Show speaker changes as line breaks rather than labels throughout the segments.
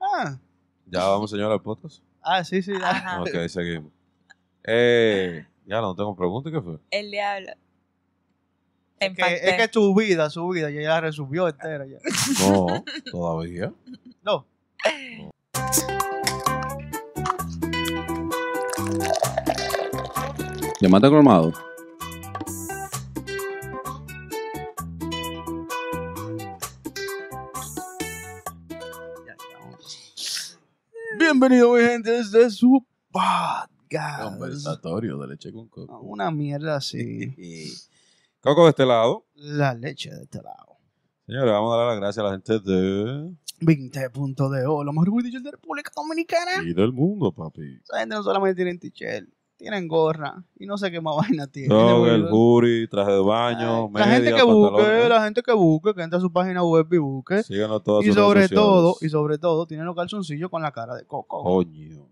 Ah,
Ya vamos, señora, al podcast.
ah, sí, sí. ah.
Ah,
Ajá.
Ok, seguimos. Eh, ya no tengo preguntas, ¿qué fue?
El diablo. Te
Que- es que su vida, su vida, ya la resumió entera. Ya.
No, todavía.
No,
Llamate a colmado.
Bienvenido, mi gente, desde su podcast.
Conversatorio de leche con coco.
Una mierda así.
Coco de este lado.
La leche de este lado.
Señores, vamos a dar las gracias a la gente de...
20.de, lo mejor dicho de República Dominicana.
Y del mundo, papi.
Esa gente no solamente tienen tichel, tienen gorra y no sé qué más vaina tienen.
el booty, traje de
Ay,
baño,
la gente que
media,
busque,
pantalones.
la gente que busque, que entre a su página web y busque.
Síganos todas
y
sus
sobre
redes sociales. Oh.
todo, y sobre todo, tienen los calzoncillos con la cara de coco.
Coño.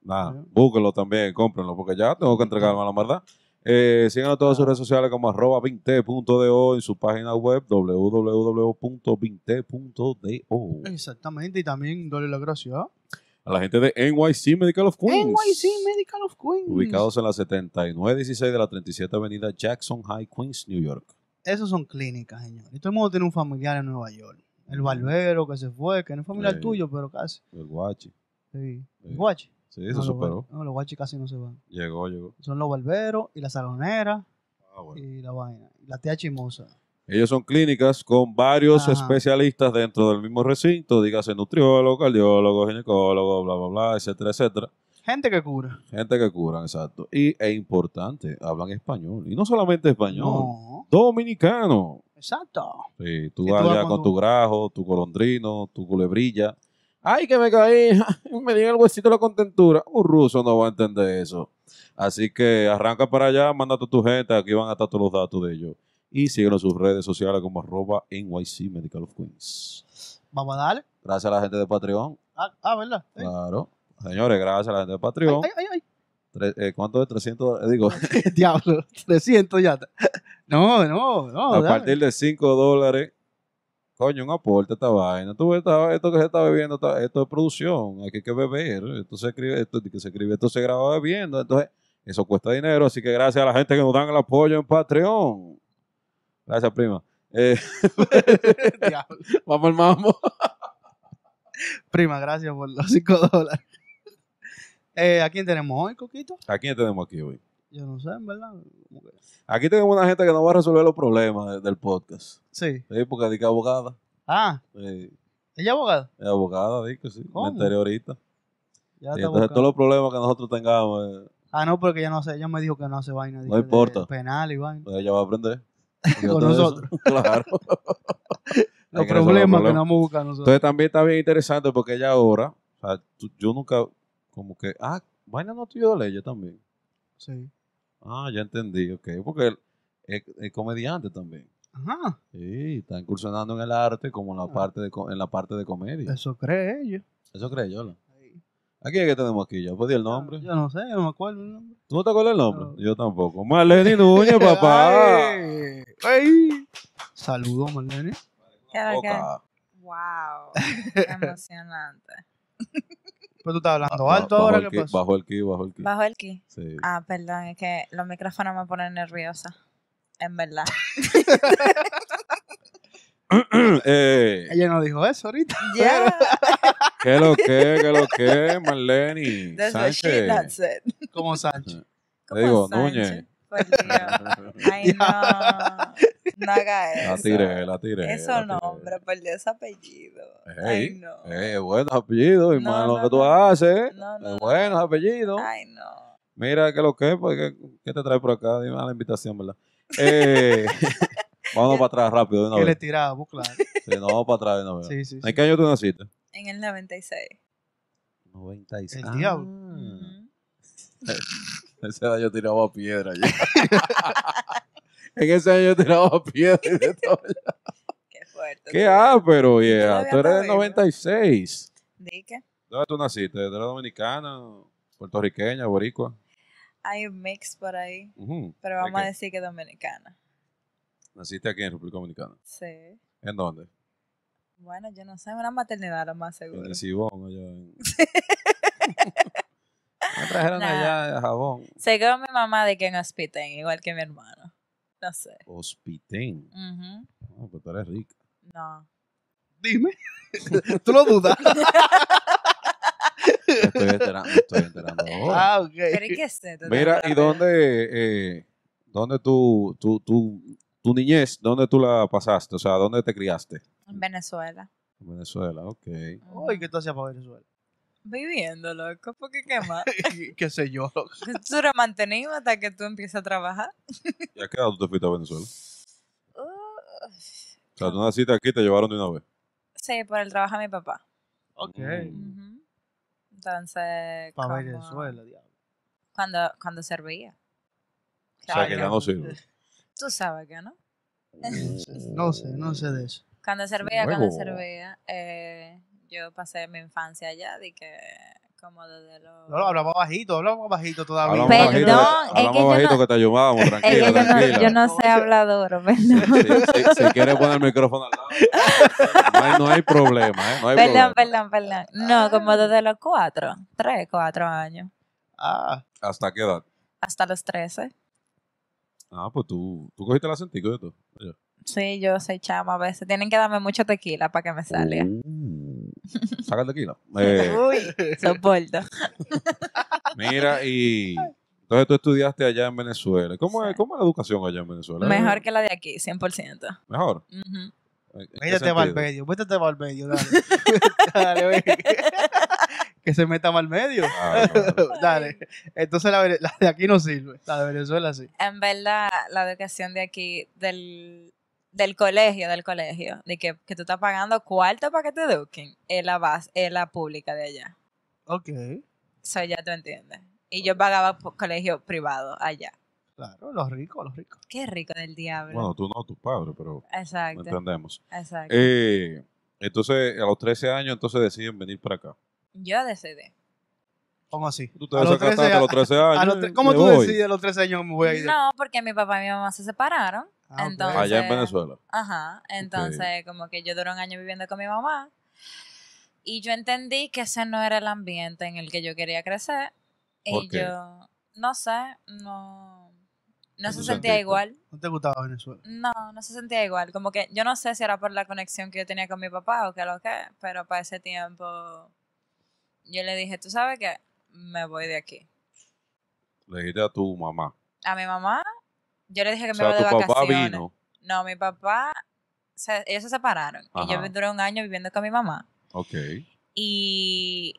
Nada,
Ya.
búsquenlo también, cómprenlo, porque ya tengo que entregarme a la verdad. Eh, síganos en todas sus redes sociales como arroba 20.do en su página web www.20.do.
Exactamente, y también dale ¿ah? las gracias a
A la gente de NYC Medical of Queens.
NYC Medical of Queens.
Ubicados en la 7916 de la 37 Avenida Jackson High, Queens, New York.
Esos son clínicas, señor. Y todo el mundo tiene un familiar en Nueva York. El barbero que se fue, que no es familiar
Mm. Sí.
tuyo, pero casi.
El guachi.
Sí.
Sí.
Ah, Guachi.
Sí, se
No, los
superó.
guach- no, los guachis casi no se van.
Llegó, llegó.
Son los barberos y la salonera
Ah, bueno.
y la vaina. Y la tía chimosa.
Ellos son clínicas con varios
Ajá.
especialistas dentro del mismo recinto, dígase nutriólogo, cardiólogo, ginecólogo, bla, bla, bla, etcétera, etcétera.
Gente que cura.
Gente que curan, exacto. Y es importante, hablan español. Y no solamente español,
No.
dominicano.
Exacto.
Sí, tú
Sí,
vas
tú vas
allá
con
con
tu-
tu grajo, tu colondrino, tu culebrilla. Ay, que me caí, me dio el huesito de la contentura. Un ruso no va a entender eso. Así que arranca para allá, mándate a tu gente, aquí van a estar todos los datos de ellos. Y síguenos en sus redes sociales como arroba NYC Medical of Queens.
Vamos a darle.
Gracias a la gente de Patreon,
Ah, ah, ¿verdad? Sí.
claro. Señores, gracias a la gente de Patreon.
Ay, ay, ay,
Tre- eh, ¿Cuánto es? 300,
ay.
digo,
Diablo. 300 ya. está. No, no, no.
a
dale.
partir de 5 dólares, coño, un aporte a esta vaina. Tú ves, esta- esto que se está bebiendo, esta- esto es producción, aquí hay que beber, esto se escribe, esto que se escribe, esto se graba bebiendo, entonces eso cuesta dinero, así que gracias a la gente que nos dan el apoyo en Patreon. Gracias, prima. Eh,
Diablo.
Vamos al mambo.
Prima, gracias por los 5 dólares. Eh, ¿A quién tenemos hoy, Coquito?
¿A quién tenemos aquí hoy?
Yo no sé, en verdad. Como que-
Aquí tenemos una gente que nos va a resolver los problemas de- del podcast.
Sí.
Sí, porque di que abogada.
Ah,
Sí,
ella es abogada.
es abogada, di que sí.
¿Cómo?
Me enteré ahorita.
Ya
Sí,
está
entonces,
buscando.
todos los problemas que nosotros tengamos, eh,
Ah, no, porque ella no hace, ella me dijo que no hace vaina. dije, de
importa.
Penal y vaina.
Pues ella va a aprender.
Con nosotros.
Eso, Claro.
Los
Hay que resolver
problemas que
problemas.
no vamos a buscar nosotros.
Entonces también está bien interesante porque ella ahora, o sea, tú- yo nunca, como que, ah, vaina no estudió leyes también.
Sí.
Ah, ya entendí, ok. Porque él es, es comediante también.
Ajá.
Sí, está incursionando en el arte como en la
Ah.
parte de, co- en la parte de comedia.
Eso cree ella.
Eso creo yo. Aquí es que tenemos aquí, ya pues di el nombre.
Yo no sé, no me acuerdo el nombre.
¿Tú no te acuerdas el nombre?
Ah, No.
Yo tampoco. Marlene Núñez, papá.
Ay. Ay. Saludos, Marlene.
Oca.
Wow. qué emocionante.
Pero tú estás hablando
Ba-
alto
bajo
ahora,
el
¿qué
ki-
pasa?
Bajo el ki, bajo el ki.
¿Bajo el ki?
Sí.
Ah, perdón, es que los micrófonos me ponen nerviosa. En verdad.
Eh,
Ella no dijo eso ahorita.
Ya.
¿Qué lo que? ¿Qué lo que? Marleni.
That's what she-
Sánchez.
that's it.
Como Sánchez.
¿Cómo
digo,
Sánchez?
Núñez.
Por Dios. Ay, no. No haga eso.
La tiré, la tiré.
Eso nombre, perdió ese apellido. Ay,
Ey,
no.
Eh, buenos apellidos, hermano,
no,
que tú
no.
haces.
No,
Eh,
no.
Buenos apellidos.
Ay, no.
Mira, ¿qué lo que? Pues, ¿qué, qué te trae por acá? Dime a la invitación, ¿verdad? Eh, vámonos para atrás rápido de una
Que le
vez.
tiraba, claro.
Sí, no, vamos para atrás de una vez.
Sí, sí,
¿En
sí.
qué año tú naciste?
En el 96.
96.
El diablo.
Hmm.
Ujú.
Mm. Ese año yo tiraba piedra ya.
En ese año yo tiraba piedra y de todo.
Qué fuerte.
¿Qué áspero, vieja?
Todavía
ah, Tú eres del
está vivo.
96.
¿De qué?
¿Dónde tú naciste? ¿De eres dominicana, puertorriqueña, boricua?
Hay un mix por ahí.
Ujú.
Pero vamos
Ok.
a decir que dominicana.
Naciste aquí en República Dominicana.
Sí.
¿En dónde?
Bueno, yo no sé, una maternidad lo más
En
seguro.
el Sibón, allá. en- Me trajeron
Nah.
allá de jabón.
Se quedó mi mamá de que en hospiten, igual que mi hermano. No sé.
Hospitén.
Ujú.
Ah, pues tú eres rica.
No.
Dime. Tú lo dudas.
Me estoy enterando, me estoy enterando ahora.
ah, ok.
Pero ¿y qué sé? tú
Mira,
también?
¿y dónde, eh, dónde tú, tú, tú, tu niñez, dónde tú la pasaste? O sea, ¿dónde te criaste?
En Venezuela.
En Venezuela, ok.
Ujú.
Uy, ¿qué tú hacías para Venezuela?
Viviendo, loco, porque qué más.
¿Qué sé yo? loco?
Tú eres mantenido hasta que tú empiezas a trabajar.
¿Y a qué edad tú te fuiste a Venezuela? O
Uh,
sea, tú naciste aquí y te llevaron de una vez.
sí, por el trabajo de mi papá.
Ok.
Mm.
Ujú. Entonces,
Para
como-
Venezuela, diablo.
Cuando, cuando servía.
O sea, que ya
Claro.
no sirve.
Tú sabes que no.
No sé, no sé de eso.
Cuando servía, cuando
Luego.
servía, eh, yo pasé mi infancia allá, de que como desde los...
No, no, hablamos bajito, hablamos bajito todavía.
Hablamos
Perdón,
bajito, que-
es que
hablamos
yo
bajito
no-
que te ayudábamos,
Es
tranquila,
que yo
tranquila.
no, yo no sé hablar duro, perdón,
Si, si- si quieres poner el micrófono al lado, no hay, no hay problema, ¿eh? No hay
perdón,
problema.
perdón, perdón. No, como desde los cuatro, tres, cuatro años,
Ah,
¿Hasta qué edad?
hasta los trece.
Ah, pues tú, tú cogiste el acentico de tú. Oye.
Sí, yo soy chama a veces. Tienen que darme mucho tequila para que me salga.
Uh, Saca el tequila. Eh,
Soporto.
mira, y entonces tú estudiaste allá en Venezuela. ¿Cómo, es,
Sí.
¿Cómo es la educación allá en Venezuela?
Mejor que la de aquí, 100%.
Mejor.
Ujú.
¿En- en qué
métete
sentido?
mal medio, métete mal medio, dale. dale, ven. que se meta mal medio.
Ah, claro.
dale. Entonces la, vene- la de aquí no sirve, la de Venezuela sí.
En verdad, la educación de aquí, del, del colegio, del colegio, de que, que tú estás pagando cuarto para que te eduquen, es la base, es la pública de allá.
Ok,
Eso ya tú entiendes. Y yo pagaba por colegio privado allá.
claro, los ricos, los ricos.
Qué rico del diablo.
Bueno, tú no, tus padres, pero no
exacto,
entendemos.
exacto.
Eh, entonces, a los 13 años, entonces deciden venir para acá.
yo decidí.
¿Cómo así?
Tú te
A los
desacataste
13
a los 13 años.
A los tre- ¿Cómo
me
tú
voy.
decides a los 13 años me voy a ir? de-
No, porque mi papá y mi mamá se separaron.
Ah, ok.
entonces-
Allá en Venezuela.
Ajá, entonces como que yo duré un año viviendo con mi mamá y yo entendí que ese no era el ambiente en el que yo quería crecer y
¿Por qué?
yo, no sé, no, no
¿En
se
tu
sentía
sentido?
igual,
¿No te gustaba Venezuela?
no, no se sentía igual, como que yo no sé si era por la conexión que yo tenía con mi papá o qué lo que, pero para ese tiempo yo le dije, tú sabes que me voy de aquí.
Le dijiste a tu mamá.
A mi mamá, yo le dije que
o
me
sea,
voy de
tu
vacaciones.
papá vino.
No, mi papá, se- ellos se separaron. Y yo
Ajá.
duré un año viviendo con mi mamá.
Ok.
Y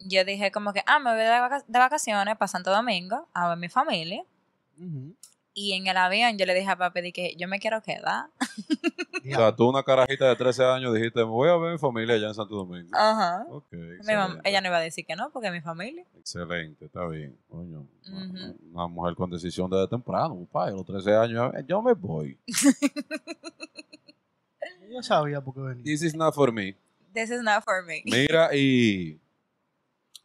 yo dije como que, ah, me voy de, vaca- de vacaciones para Santo Domingo a ver mi familia.
Ujú.
Y en el avión yo le dije a papi de que yo me quiero quedar.
O sea, tú una carajita de 13 años dijiste, me voy a ver mi familia allá en Santo Domingo.
Ajá.
Ok,
Ah, Mi mam-
excelente.
ella no iba a decir que no, porque es mi familia.
Excelente, está bien. Coño, una-
Ujú.
Una mujer con decisión desde temprano, papá, a los 13 años, eh, yo me voy.
Yo sabía por qué venía.
This is not for me.
This is not for me.
Mira, y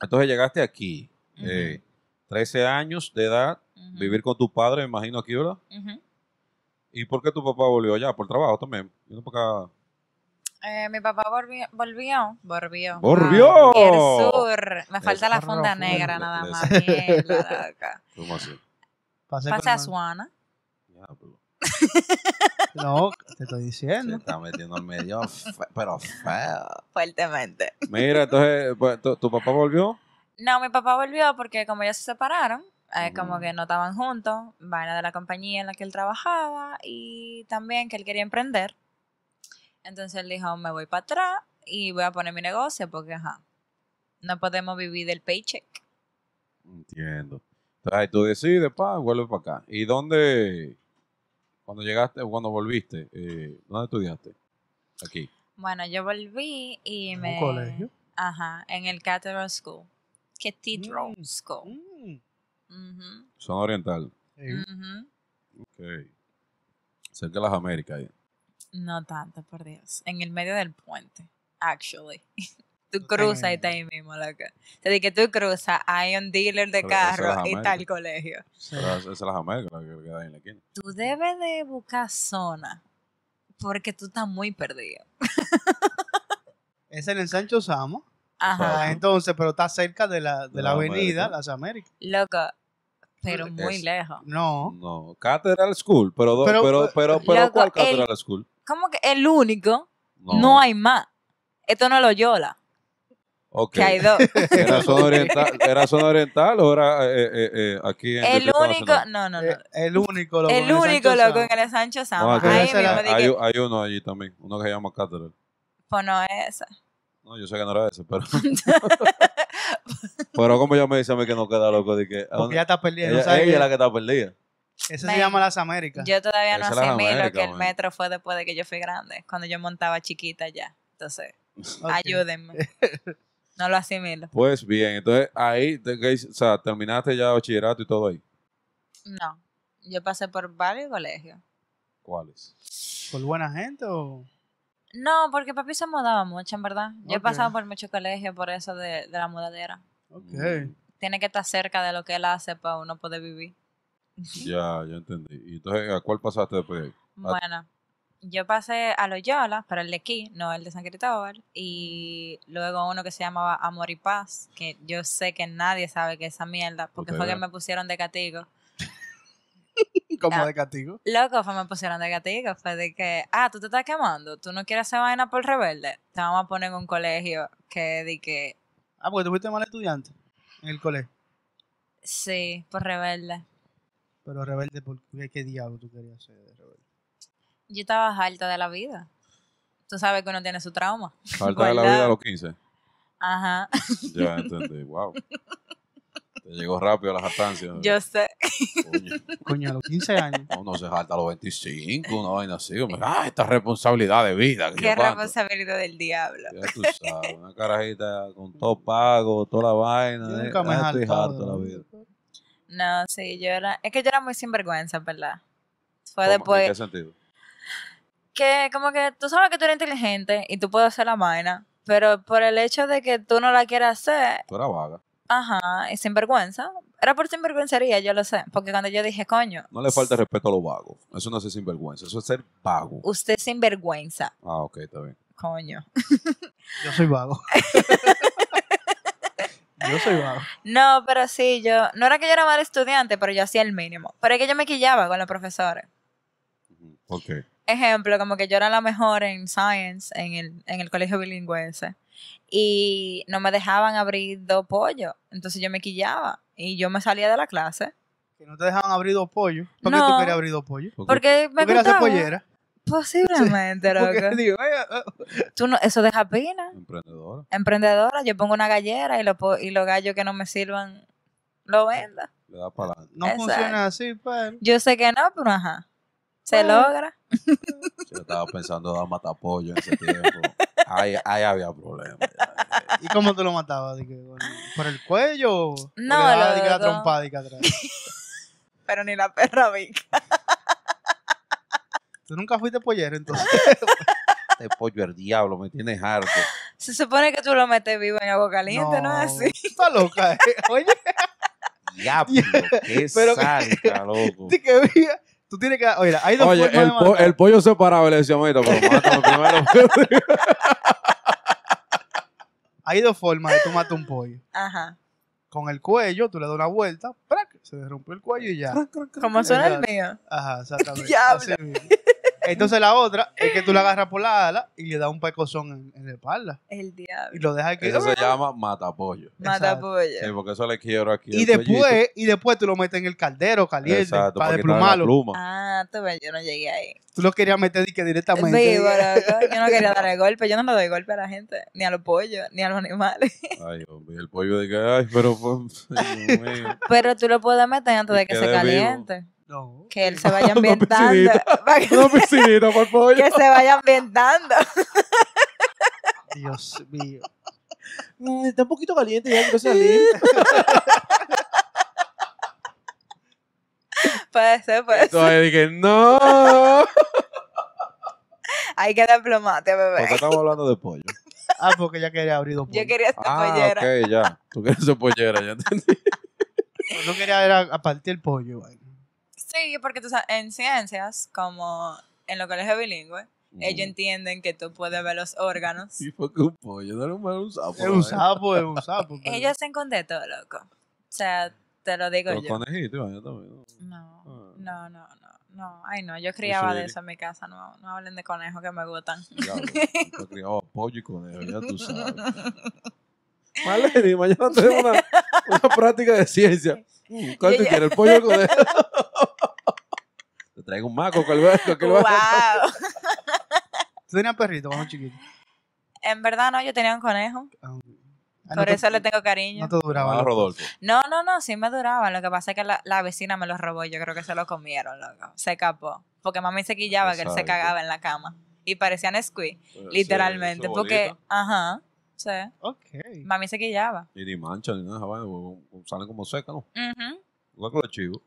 entonces llegaste aquí, eh, 13 años de edad,
Ujú,
vivir con tu padre, me imagino aquí, ¿verdad?
ujú.
¿Y por qué tu papá volvió allá? Por trabajo también. Vino para acá.
Eh, mi papá volvió, volvió, volvió.
¡Volvió!
Ah, y el sur. Me falta la
Eso,
funda
rojo,
negra
le-
nada
le-
más. Mierda, loca.
¿Cómo así?
Pasé
Pasé a
por-
Suana.
Diablo.
No, te estoy
Se
diciendo.
está metiendo al medio, fe- pero feo.
Fuertemente.
Mira, entonces, pues, tu, tu papá volvió.
No, mi papá volvió porque como ya se separaron, eh, como
Ujú.
que no estaban juntos, vaina de la compañía en la que él trabajaba y también que él quería emprender. Entonces él dijo, me voy para atrás y voy a poner mi negocio porque, ajá, no podemos vivir del paycheck.
Entiendo. Entonces, ahí tú decides, pa, vuelve para acá. ¿Y dónde, cuando llegaste, o cuando volviste, eh, dónde estudiaste? Aquí.
Bueno, yo volví y
¿En un
me...
colegio?
Ajá, en el Cathedral School. Cathedral
Mm.
School.
Mm.
Ujú,
Zona Oriental.
Sí.
ujú.
Ok. Cerca de las Américas. ahí.
No tanto, por Dios. En el medio del puente, actually. Tú
Tú
cruzas y
te-
está ahí mismo, loca. O sea, de que tú cruzas, hay un dealer de
Pero eso es
carro y
Jamaica.
está el colegio.
Sí.
Esas esas son las Américas, las que quedan ahí en la esquina.
Tú debes de buscar zona porque tú estás muy perdido.
Es el ensancho Samo.
Ajá.
Ah, entonces, pero está cerca de la, de la
La
avenida
América.
Las Américas.
Loco, pero muy
Es-
lejos.
No.
No, Cathedral School, pero do-
Pero- eh,
pero pero pero,
Loco,
¿cuál
el-
Cathedral School?
¿Cómo que el único? No, hay más. Esto no lo yola,
Ok.
que hay dos.
¿Era zona oriental, era zona oriental o era eh, eh, eh, aquí en
El
Distrito
único,
Nacional?
no, no, no.
Eh, El único loco. en
El único
Sancho
loco
Samo.
en el Sancho
No,
Sama.
aquí-
Ahí
esa era-
mismo
me
hay,
dije,
hay uno allí también, uno que se llama Cathedral.
pues no esa.
No, yo sé que no era ese, pero. pero como ella me dice a mí que no queda loco, de que. ¿a
Porque
dónde?
ya está perdida. no
Ella,
sabe
ella es
que-
la que está perdida.
Ese se
Man.
llama Las Américas.
Yo todavía no
Esa es la
asimilo
América,
que el
man.
metro fue después de que yo fui grande, cuando yo montaba chiquita ya. Entonces,
Ok.
ayúdenme. No lo asimilo.
Pues bien, entonces ahí, te- que- o sea, terminaste ya bachillerato y todo ahí.
No. Yo pasé por varios colegios.
¿Cuáles?
¿Por buena gente o...?
No, porque papi se mudaba mucho, en verdad. Yo he
Ok.
pasado por muchos colegios por eso de, de la mudadera.
Ok.
Mm,
Tiene que estar cerca de lo que él hace para uno poder vivir.
Ya, ya entendí. ¿Y entonces a cuál pasaste después? de ahí?
Bueno, yo pasé a Loyola, pero el de aquí, no el de San Cristóbal, y luego uno que se llamaba Amor y Paz, que yo sé que nadie sabe que esa mierda, porque fue que
Ustedes.
me pusieron de castigo.
Como
Ah.
de castigo.
Loco, fue me pusieron de castigo, fue de que, ah, tú te estás quemando, tú no quieres hacer vaina por rebelde, te vamos a poner en un colegio que di que,
Ah, porque tú fuiste mal estudiante en el colegio.
sí, por rebelde.
Pero rebelde, ¿por qué, ¿Qué diablo tú querías ser de rebelde?
Yo estaba harta de la vida. Tú sabes que uno tiene su trauma.
Falta de la vida a los 15.
Ajá,
Ya entendí, wow. Te llegó rápido la jactancia.
yo sé.
Coño.
Coño, a los 15 años.
Uno se jalta a los 25, una vaina así. hombre. Ah, esta responsabilidad de vida. que
Qué
yo cuánto.
responsabilidad del diablo.
Ya tú sabes, una carajita con todo pago, toda la vaina.
Yo
eh.
nunca me he
Ah, estoy
hartado de
harto de
la
la vida.
No, sí, yo era. Es que yo era muy sinvergüenza, en ¿verdad? Fue
¿Cómo? ¿En qué
después.
sentido?
Que como que tú sabes que tú eres inteligente y tú puedes hacer la vaina, pero por el hecho de que tú no la quieras hacer,
Tú eras vaga.
ajá, y sinvergüenza. Era por sinvergüencería, yo lo sé. Porque cuando yo dije, coño,
No le falta respeto a los vagos. Eso no es ser sinvergüenza, eso es ser vago.
usted es sinvergüenza,
Ah, ok, está bien.
coño.
Yo soy vago. yo soy vago.
No, pero sí, yo. No era que yo era mal estudiante, pero yo hacía el mínimo. Pero es que yo me quillaba con los profesores.
Ujú. Ok.
ejemplo, como que yo era la mejor en science en el, en el colegio bilingüe ese, y no me dejaban abrir dos pollos, entonces yo me quillaba y yo me salía de la clase
Que no te dejaban abrir dos pollos. ¿Por qué tú
No.
querías abrir dos pollos?
Ok.
porque me
¿Tú querías hacer
gustaba.
pollera?
Posiblemente,
Porque
loco.
digo, eh, eh,
Tú no, eso deja pena.
Emprendedora.
Emprendedora, yo pongo una gallera y, lo, po- y los gallos que no me sirvan lo vendo.
Le da para adelante.
no
Exacto.
funciona así, pues". pero...
Yo sé que no, pero ajá. Se
Bueno.
logra.
Yo estaba pensando dar matapollo en ese tiempo. Ahí, ahí había problemas. ya.
¿Y cómo tú lo matabas? Di que, con- ¿Por el cuello? ¿O le
No,
dabas, di que la
loco.
trompada di que atrás?
Pero ni la perra vica.
Tú nunca fuiste pollero, entonces.
Este pollo el diablo, me tienes harto.
Se supone que tú lo metes vivo en agua caliente, ¿no es así?
tú Estás loca, eh. Oye,
Diablo, qué
Pero-
salta, loco.
di que mira, tú tienes que... Oye, hay dos
Oye,
formas
el,
de
po-
matar.
el pollo se paraba y le decía, "Mira, pero mátame primero.
Hay dos formas de tú matar un pollo.
Ajá.
Con el cuello, tú le das una vuelta, ¡prac! se le rompió el cuello y ya.
Como suena el
Exacto.
mío.
Ajá, exactamente.
Diablo.
Así mismo. Entonces la otra es que tú la agarras por la ala y le das un pecozón en, en la espalda.
El
Y
diablo.
lo dejas que...
Eso se llama matapollo.
Mata
Exacto.
pollo.
Sí, porque eso le quiero aquí.
Y
el cuellito.
después, y después tú lo metes en el caldero caliente
Exacto,
para
para quitarle la
desplumarlo.
pluma.
Ah, tú ves, yo no llegué ahí.
Tú lo querías meter di que directamente.
Vivo, loco. Yo no quería dar el golpe. Yo no le doy golpe a la gente, ni a los pollos, ni a los animales.
Ay, hombre, el pollo de que, ay, pero pues, ay, Dios mío.
Pero tú lo puedes meter antes de que
quede
se
vivo.
caliente.
No.
Que él se vaya
Una
ambientando.
piscinita.
para que,
Una piscinita para el pollo.
que se vaya ambientando.
Dios mío.
Ay, Mm, Está un poquito caliente ya, quiero salir.
Puede ser, puede ser.
Entonces dije, no.
Hay que desplomarte,
¿Por qué
bebé.
estamos hablando de pollo?
Ah, porque ya quería abrir dos
Yo
pollos.
quería esta
Ah,
pollera.
ok, ya. Tú quieres ser pollera, ya entendí.
No quería era a partir el pollo. vaina.
Sí, porque tú sabes, en ciencias, como en los colegios bilingües,
Eh,
Ellos entienden que tú puedes ver los órganos.
Sí, fue que un pollo, no era un, un sapo.
Es un
¿eh?
sapo, es un sapo. pero-
Ellos se de todo, loco. O sea, te lo digo
Los
yo.
conejitos, imagínate también. ¿no?
No,
Ah.
no, no, no, no. Ay, no, yo criaba de
Lady.
eso en mi casa. No, no hablen de conejos que me gustan.
Diablo, yo criaba pollo y conejo, ya tú sabes. Marlene, mañana tenemos una, una práctica de ciencia. Mm, ¿Cuál
Yo-
tú
yo-
quieres, el pollo o el conejo? Te traigo un maco, ¿cuál va? ¿Cuál va?
¡Wow!
Tú tenías perrito cuando chiquito.
En verdad, no, yo tenía un conejo.
Ah,
Por
no te-
eso le tengo cariño.
No te duraba.
Ah,
loco.
Rodolfo.
No, no, no, sí me duraba. Lo que pasa es que la, la vecina me los robó. Yo creo que se lo comieron, loco. Se escapó. Porque mami se quillaba que él se
Exacto.
cagaba en la cama. Y parecían Squee,
Eh,
literalmente.
sí,
porque,
bolita.
ajá, sí.
Ok.
Mami se quillaba.
Y ni mancha ni nada, esa vaina, porque salen como secas, ¿no?
Ujú.
Igual que los chivos.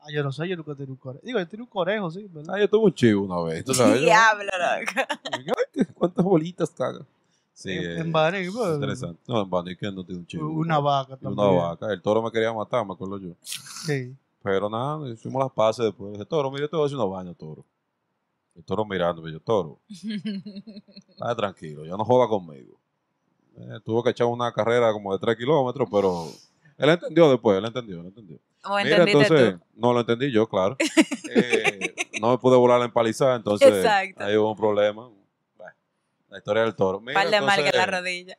Ah, yo no sé, yo nunca tenía un corejo. Digo, yo tenía un corejo, sí, ¿verdad?
Ah, yo tuve un chivo una vez, tú sabes. yo-
Diablo, loco.
Ay, ¿Cuántas bolitas caga? Sí,
En-
eh,
en Baní,
es
pues,
interesante. No, en Baní que no tiene un chivo.
Una vaca
Y
también.
Una vaca. El toro me quería matar, me acuerdo yo.
Sí.
Pero nada, hicimos las paces después. Le dije, toro, mira, yo te voy a hacer una vaina, toro. El toro mirándome, yo, toro, está tranquilo, ya no juega conmigo. Eh, tuvo que echar una carrera como de tres kilómetros, pero él entendió después, él entendió, él entendió.
¿O
Mira,
Pues entendiste
entonces,
tú?
no lo entendí yo, claro. Eh, no me pude volar la empalizada, entonces
Exacto.
ahí hubo un problema. Bueno, la historia del toro. Mira,
Par de marcas en la
entonces-
rodilla.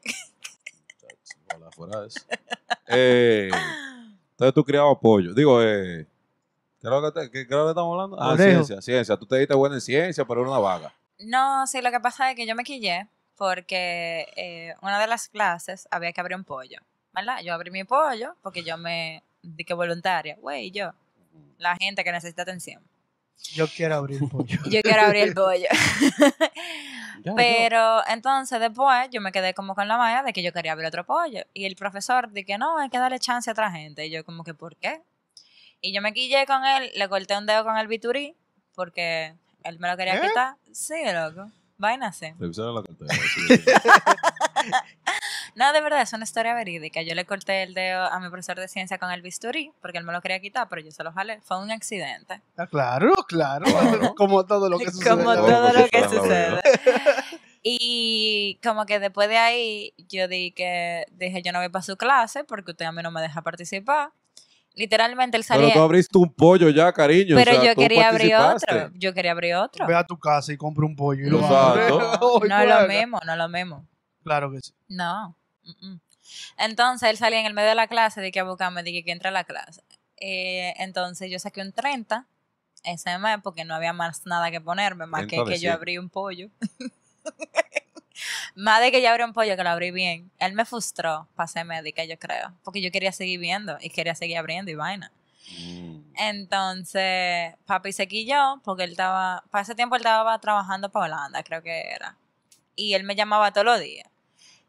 Ojalá fuera eso. Eh, entonces tú criabas pollo. Digo, eh, ¿qué es lo que, te- qué- qué es lo que estamos hablando? Ah,
Conejo.
ciencia, ciencia. Tú te diste buena en ciencia, pero era una vaga.
No, sí, lo que pasa es que yo me quillé porque eh, una de las clases había que abrir un pollo, ¿verdad? Yo abrí mi pollo porque yo me di que voluntaria, güey, yo, la gente que necesita atención.
Yo quiero abrir el pollo.
Yo quiero abrir el pollo. Pero entonces después yo me quedé como con la malla de que yo quería abrir otro pollo. Y el profesor de que no, hay que darle chance a otra gente. Y yo como que, ¿por qué? Y yo me quillé con él, le corté un dedo con el biturí porque él me lo quería
¿Eh?
quitar. Sí, loco. Vaina así.
Revisaron la cartera. sí.
No, de verdad, es una historia verídica. Yo le corté el dedo a mi profesor de ciencia con el bisturí, porque él me lo quería quitar, pero yo se lo jalé. Fue un accidente.
Ah, claro, claro.
Claro.
Como todo lo que sucede.
Como
la
todo
vida.
lo que
pues, Eso es la
sucede.
vida.
Y como que después de ahí, yo di que dije, yo no voy para su clase, porque usted a mí no me deja participar. Literalmente él
Pero
salía,
tú
pero,
abriste un pollo ya, cariño. o sea,
yo
tú
quería abrir otro.
participaste.
Yo quería abrir otro.
Ve a tu casa y compra un pollo y lo abre.
Exacto.
No,
Ay,
no es lo
claro.
mismo, no es lo mismo.
Claro que sí.
No. mm, mm. Entonces él salía en el medio de la clase, de que a buscarme, de que, que entra a la clase. Eh, entonces yo saqué un 30 ese mes porque no había más nada que ponerme, más que
30 de
que yo
cien.
abrí un pollo. más de que yo abrí un pollo, que lo abrí bien. Él me frustró para ser médica, yo creo, porque yo quería seguir viendo y quería seguir abriendo y vaina.
Mm.
Entonces papi se quilló porque él estaba, para ese tiempo él estaba trabajando para Holanda, creo que era y él me llamaba todos los días.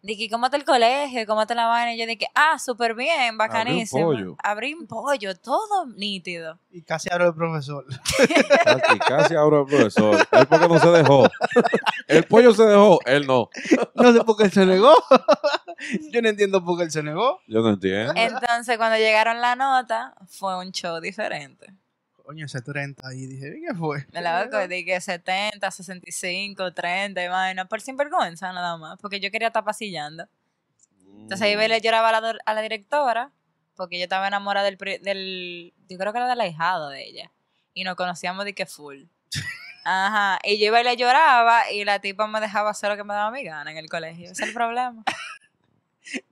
Dije, ¿cómo está el colegio? ¿Cómo está la vaina? Y yo dije, ah, súper bien, bacanísimo.
pollo.
Abrí un pollo, todo nítido.
Y casi abro el profesor.
Casi, casi abro al profesor. Él porque no se dejó. El pollo se dejó, él no.
No sé por qué él se negó. Yo no entiendo por qué él se negó.
Yo no entiendo.
Entonces, cuando llegaron la nota, fue un show diferente.
Coño, ese 30 ahí. Dije, ¿qué fue?
Me la loco, dije 70, 65, 30, y vaina, por sinvergüenza nada más, porque yo quería estar pasillando. Entonces ahí le lloraba a la, do- a la directora, porque yo estaba enamorada del, pri- del, yo creo que era del ahijado de ella, y nos conocíamos de que full. Ajá, y yo iba y le lloraba y la tipa me dejaba hacer lo que me daba mi gana en el colegio, ese es el problema.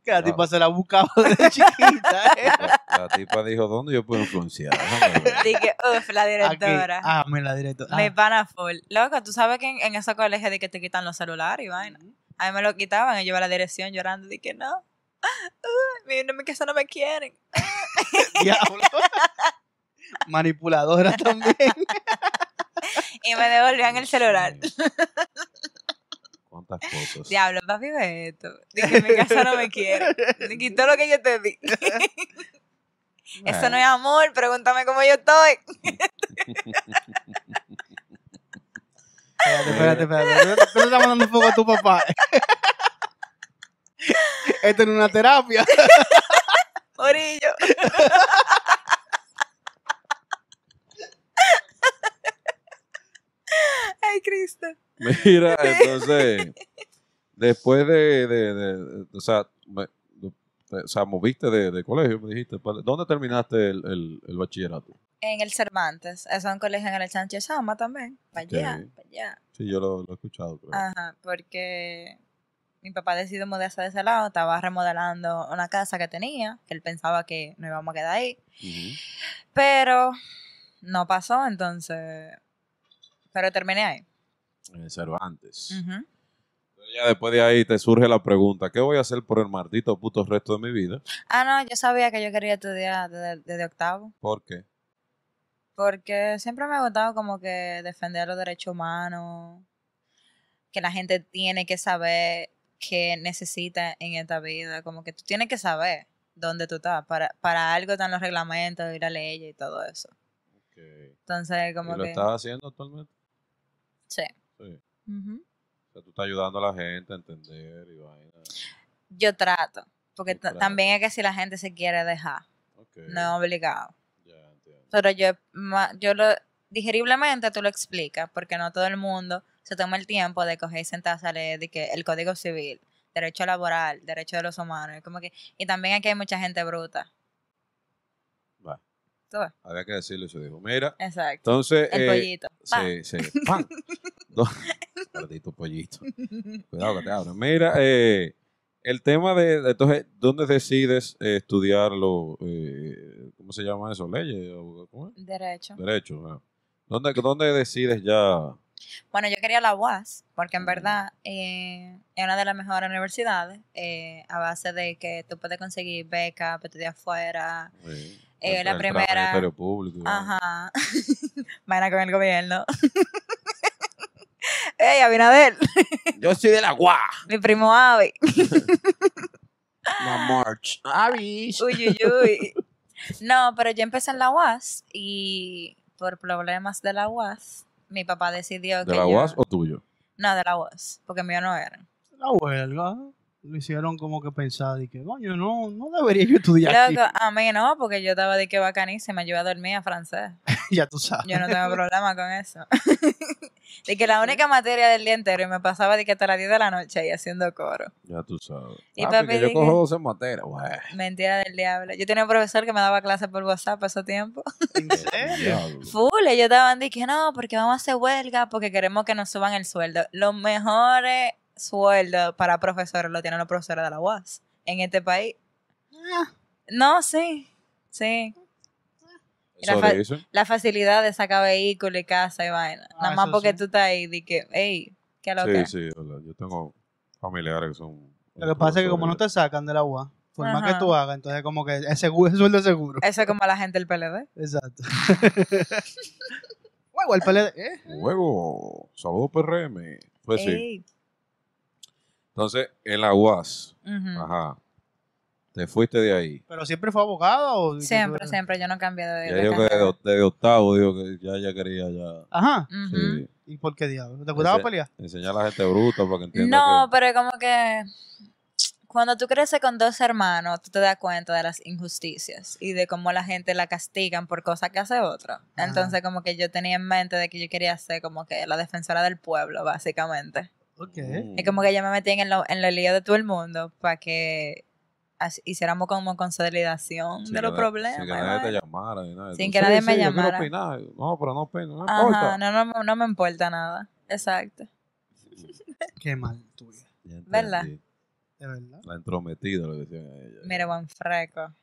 Que la tipa se la buscaba desde chiquita. ¿eh?
La, la tipa dijo, ¿dónde yo puedo influenciar? Déjame ver.
Dije, uff, la
Aquí.
directora.
Ah, me la directora. Ah.
Me pana full. Loco, tú sabes que en, en esos colegios de que te quitan los celulares y vaina. A mí me lo quitaban y yo iba a la dirección llorando. Dije, no, uh, mi- no me- que eso no me quieren.
Diablo. Manipuladora también.
Y me devolvían el celular.
Sí. ¿Cuántas cosas?
Diablo, papi, ve esto. Dije, mi casa no me quiere. Me quitó lo que yo te di. Eso no es amor, pregúntame cómo yo estoy.
Espérate, espérate, espérate. Tú le estás mandando fuego a tu papá. ¿eh? Esto en una terapia.
Morillo. Ay, Cristo.
Mira, entonces, después de, de- de- de- o sea, me- de- o sea, moviste de, de colegio, me dijiste, ¿para- ¿dónde terminaste el, el- el bachillerato?
En el Cervantes, eso es un colegio en el Sánchez Sama también, para allá,
Ok.
para allá.
Sí, yo lo, lo he escuchado, creo.
Ajá, porque mi papá decidió mudarse de ese lado, estaba remodelando una casa que tenía, que él pensaba que nos íbamos a quedar ahí,
Ujú.
pero no pasó, entonces, pero terminé ahí.
En el Cervantes.
Ujú.
Ya después de ahí te surge la pregunta, ¿qué voy a hacer por el maldito puto resto de mi vida?
Ah, no, yo sabía que yo quería estudiar desde, desde octavo,
¿Por qué?
porque siempre me ha gustado como que defender los derechos humanos, que la gente tiene que saber qué necesita en esta vida, como que tú tienes que saber dónde tú estás, para, para algo están los reglamentos y la ley y todo eso. Entonces,
¿Y
como
lo
que...
estás haciendo actualmente?
Sí.
Sí.
Ujú.
O sea, tú estás ayudando a la gente a entender y vaina.
Yo trato, porque
Tú
ta-
tratas.
también es que si la gente se quiere dejar,
Ok.
no es obligado.
Ya entiendo.
Pero yo, ma- yo lo, digeriblemente tú lo explicas, porque no todo el mundo se toma el tiempo de coger y sentarse a leer de que el Código Civil, derecho laboral, derecho de los humanos, es como que, y también aquí hay mucha gente bruta.
Va.
Tú ves,
Había que decirlo y se dijo, mira,
Exacto.
entonces...
El
eh,
pollito. pa.
Sí, sí. ¡Pam! No, Maldito pollito. Cuidado que te abren. Mira, eh, el tema de, de- entonces, ¿dónde decides eh, estudiarlo? Eh, ¿Cómo se llama eso? ¿Leyes? ¿O ¿Cómo es?
Derecho.
Derecho. ah. ¿Dónde, ¿Dónde decides ya?
Bueno, yo quería la UAS, porque en
Mm.
verdad eh, es una de las mejores universidades, eh, a base de que tú puedes conseguir becas para estudiar afuera.
eh,
Eh, la
entrar al
primera-
Ministerio Público. y vaina?
Ajá. Vaina con el gobierno. ¡Ey, Abinader!
Yo soy de la guá.
Mi primo Avi. Ah.
La March. Avis.
Uy, uy, uy. No, pero yo empecé en la UAS y por problemas de la UAS, mi papá decidió que.
¿De la
yo-
UAS o tuyo?
No, de la UAS, porque mío no eran.
La huelga. Lo hicieron como que pensar y que, coño, no, no debería yo estudiar aquí.
Loco, a mí no, porque yo estaba de que bacanísima, yo iba a dormir a francés.
ya tú sabes.
Yo no tengo problema con eso. de que la única materia del día entero y me pasaba de que hasta las 10 de la noche ahí haciendo coro.
Ya tú sabes.
Y pues
Papi,
papi
que yo
dije-
cojo 12 materias. Bueno,
Mentira del diablo. Yo tenía un profesor que me daba clases por WhatsApp hace tiempo.
¿En serio?
diablo.
Full, ellos estaban diciendo, no, porque vamos a hacer huelga, porque queremos que nos suban el sueldo. Los mejores sueldos para profesores lo tienen los profesores de la UAS en este país.
Ah.
No, sí, sí. Y la
Eso
fa-
dicen.
La facilidad de sacar vehículo y casa y vaina.
Ah,
Nada más
eso
porque
sí.
tú estás ahí, de que, hey, qué lo
Sí,
que.
sí. hola, Yo tengo familiares que son...
Lo que pasa es que como no te sacan del agua, por más que
Ajá.
tú hagas, entonces como que es seguro, es sueldo seguro.
Eso es como la gente del PLD.
Exacto. Huevo, el PLD. ¿eh?
Huevo, saludos PRM. Pues sí.
Ey.
Entonces, en la UAS,
Ujú.
ajá, te fuiste de ahí.
Pero siempre fue abogado. O
Siempre, siempre, yo no cambié de,
Ya
de
digo que
carrera.
de, de octavo, digo que ya, ya quería ya
Ajá.
Ujú.
sí,
¿Y por qué diablo? ¿Te gustaba
Ese-
pelear?
enseñar a la gente bruta para que entienda
No,
que...
pero como que cuando tú creces con dos hermanos, tú te das cuenta de las injusticias y de cómo la gente la castigan por cosas que hace otro.
Ajá.
Entonces como que yo tenía en mente de que yo quería ser como que la defensora del pueblo, básicamente.
Ok.
Mm.
Es como que yo me metí en lo- en los líos de todo el mundo para que as- hiciéramos como consolidación
Sin
de
que
los
na-
problemas.
Sin que
y
nadie te
vaina.
llamara. ni nada.
Sin
Tú,
que
sí,
nadie
sí,
me
yo quiero
llamara.
opinar. No, pero no opino, no
Ajá,
importa.
no, no, no me importa nada. Exacto.
Qué mal tu vida,
Ya entendí.
¿Verdad?
de verdad.
La entrometida le decían a ella.
Mira, buen freco.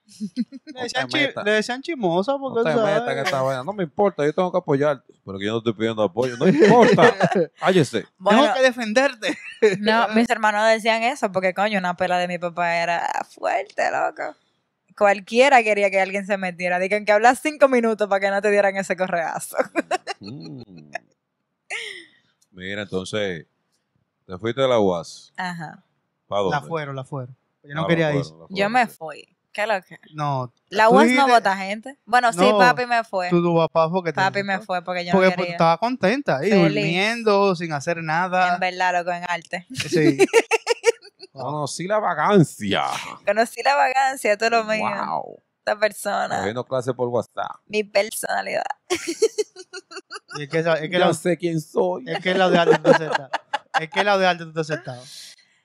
Le
te
decían, chi-
metas.
le decían chimosa
No
porque
te
tú sabes.
metas en esta vaina. No me importa, yo tengo que apoyarte. Pero que yo no estoy pidiendo apoyo. No importa. Cállese.
Tengo que defenderte.
No, mis hermanos decían eso porque, coño, una pela de mi papá era fuerte, loco. Cualquiera quería que alguien se metiera. Digan que hablas cinco minutos para que no te dieran ese correazo.
Mm. Mira, entonces, te fuiste de la UAS.
Ajá.
¿Para dónde?
La fueron, la fueron. Yo no
Ah, pues. la
quería ir.
fueron, la
Yo
fueron,
me
sí.
fui. ¿Qué lo que?
No.
La
Tú
UAS no
dijiste-
vota gente. Bueno, sí,
No,
papi me fue.
Tú, tu papá fue que te
Papi
dijo.
me fue porque yo
Porque
no
pues,
quería.
estaba contenta ahí,
Feliz.
durmiendo, sin hacer
En
nada.
verdad, loco, en arte.
Sí.
Conocí la vacancia.
Conocí la vagancia, todo lo mío.
Wow.
esta persona,
Me vino clase por WhatsApp.
mi personalidad.
Y es que, esa- es que,
Yo
la, Eh,
sé quién soy.
es que la de arte tú te has sentado. Es que la de arte tú te has sentado.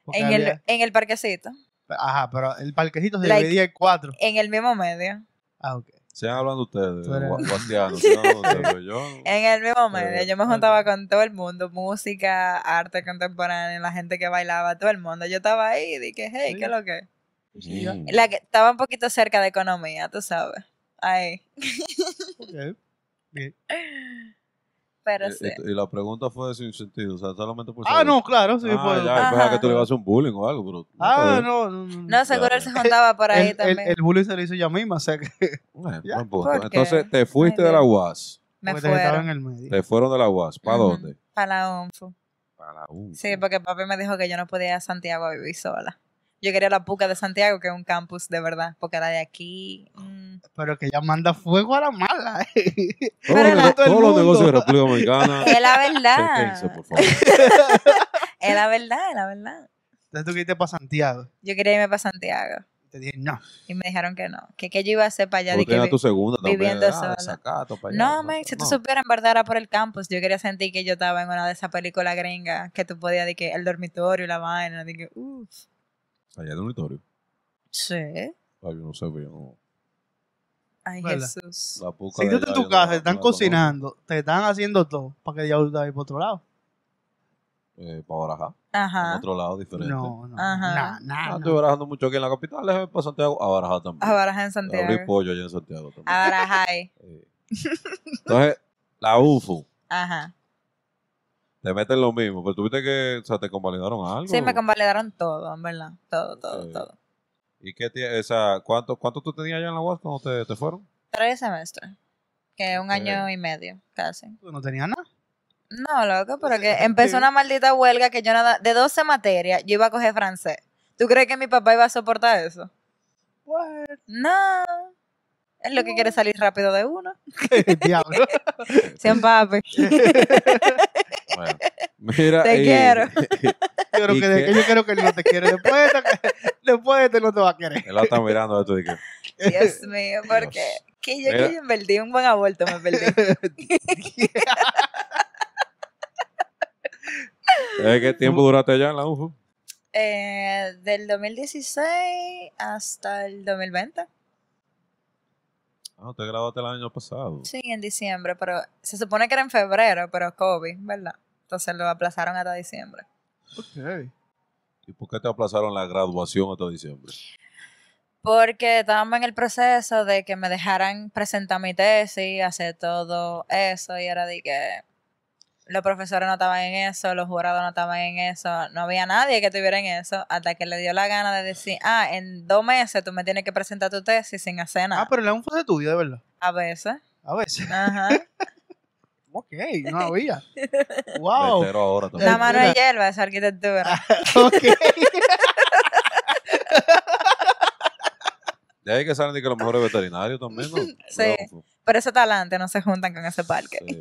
Porque
En el,
había-
en el parquecito,
Ajá, pero el parquecito se
Like-
dividía en cuatro.
en el mismo medio.
Ah, ok.
Sean hablando ustedes,
Tú eres-
gua- guasianos, sean hablando ustedes, pero yo.
En el mismo
Pero-
medio, yo me juntaba con todo el mundo, música, arte contemporáneo, la gente que bailaba, todo el mundo. Yo estaba ahí y dije, hey,
Sí.
¿qué es lo que?
Sí, ya.
Mm.
La que estaba un poquito cerca de economía, tú sabes. Ahí.
Ok.
Pero
Y-
sí.
y, y la pregunta fue sin sentido, o sea, solamente por
Ah,
saber.
no, claro, sí.
ah,
puedo.
ya, yo pensaba
Ajá.
que tú le ibas a hacer un bullying o algo, pero.
Ah, no, no, no.
No, seguro
ya,
él
ya.
se juntaba por ahí
el, el,
también.
el bullying se lo hizo ella misma, o sea que
Bueno,
Ya.
buen punto.
¿Por qué?
Entonces, te fuiste
Ay,
de la
Dios.
UAS.
me
porque te estaba en
fueron
el medio.
Te fueron de la UAS. ¿Para
Ujú.
dónde?
a la ONFU.
Para la UNCO.
Sí, porque papi me dijo que yo no podía ir a Santiago a vivir sola. Yo quería la puca de Santiago, que es un campus de verdad, porque la de aquí. mm.
Pero que ella manda fuego a la mala. eh.
Todos
Pero
los
la-
nego-
todo el
todos los
mundo.
negocios de República Dominicana.
Es la verdad.
Sentense, por favor.
Es la verdad, es la verdad.
Entonces tú quisiste para Santiago.
Yo quería irme para Santiago.
Y te dije, no.
Y me dijeron que no. Que, que yo iba a hacer para allá.
Porque
di que
era
vi-
tu segunda también.
viviendo
ah,
sola.
desacato para allá,
No, man, si tú
no.
supieras, en verdad era por el campus. Yo quería sentir que yo estaba en una de esas películas gringas que tú podías, de que el dormitorio, la vaina, de que, uff.
Allá del auditorio.
Sí.
Ay, yo no sé, yo no.
Ay,
¿Verdad?
Jesús.
La puca
Si
de
tú estás
allá
en tu
yo no
casa,
la-
te están
no la conozco.
cocinando, te están haciendo todo para que ya tú te vayas por otro lado.
Eh, para Barajá. En
Ajá.
otro lado diferente.
No, no.
Ajá.
Nah,
Ah,
nah,
estoy
no.
barajando mucho aquí en la capital. Déjame para Santiago. A Baraja también.
A Baraja en
Abrí
Ah, Santiago. Ah.
pollo allá en Santiago también.
A Barajay.
Eh. Entonces, la UFU.
Ajá.
Te meten lo mismo. Pero tuviste que. O sea, te convalidaron algo.
Sí, me convalidaron todo, en verdad. Todo, todo,
Ok.
todo.
¿Y qué tie- o sea, ¿cuánto, ¿Cuánto tú tenías allá en la UAS cuando te, te fueron?
Tres semestres. Que un
Ok.
año y medio, casi.
Tú no tenías nada.
No, loco, pero Pues que
Sí.
empezó una maldita huelga que yo nada. De 12 materias, yo iba a coger francés. ¿Tú crees que mi papá iba a soportar eso? No. Es lo que quiere salir rápido de uno.
Diablo.
Sin papi.
Bueno, mira.
Te quiero.
Yo creo
¿Y
que, de-
qué?
yo creo que él no te quiere. Después de, esto que- después de esto no te va a querer.
Él la está mirando esto y que.
Dios mío, porque que yo,
Mira.
que yo me perdí un buen aborto, me perdí.
¿eh, ¿Qué tiempo duraste allá en la UFU?
Eh, del 2016 hasta el 2020.
Ah, te graduaste el año pasado.
Sí, en diciembre, pero se supone que era en febrero, pero COVID, ¿verdad? Entonces lo aplazaron hasta diciembre.
Ok.
¿Y por qué te aplazaron la graduación hasta diciembre?
Porque estábamos en el proceso de que me dejaran presentar mi tesis, hacer todo eso, y era de que los profesores no estaban en eso, los jurados no estaban en eso, no había nadie que estuviera en eso, hasta que le dio la gana de decir, ah, en dos meses tú me tienes que presentar tu tesis sin hacer nada.
Ah, pero la un fue tuyo, de verdad.
A veces.
A veces.
Ajá.
Ok, no había. Wow.
Vetero ahora también.
Oh. La mano de
Mira.
hierba es arquitectura.
Ok.
De ahí que salen de que los mejores veterinarios también, ¿no?
Sí.
La UFU.
Pero ese talante no se juntan con ese parque.
Sí.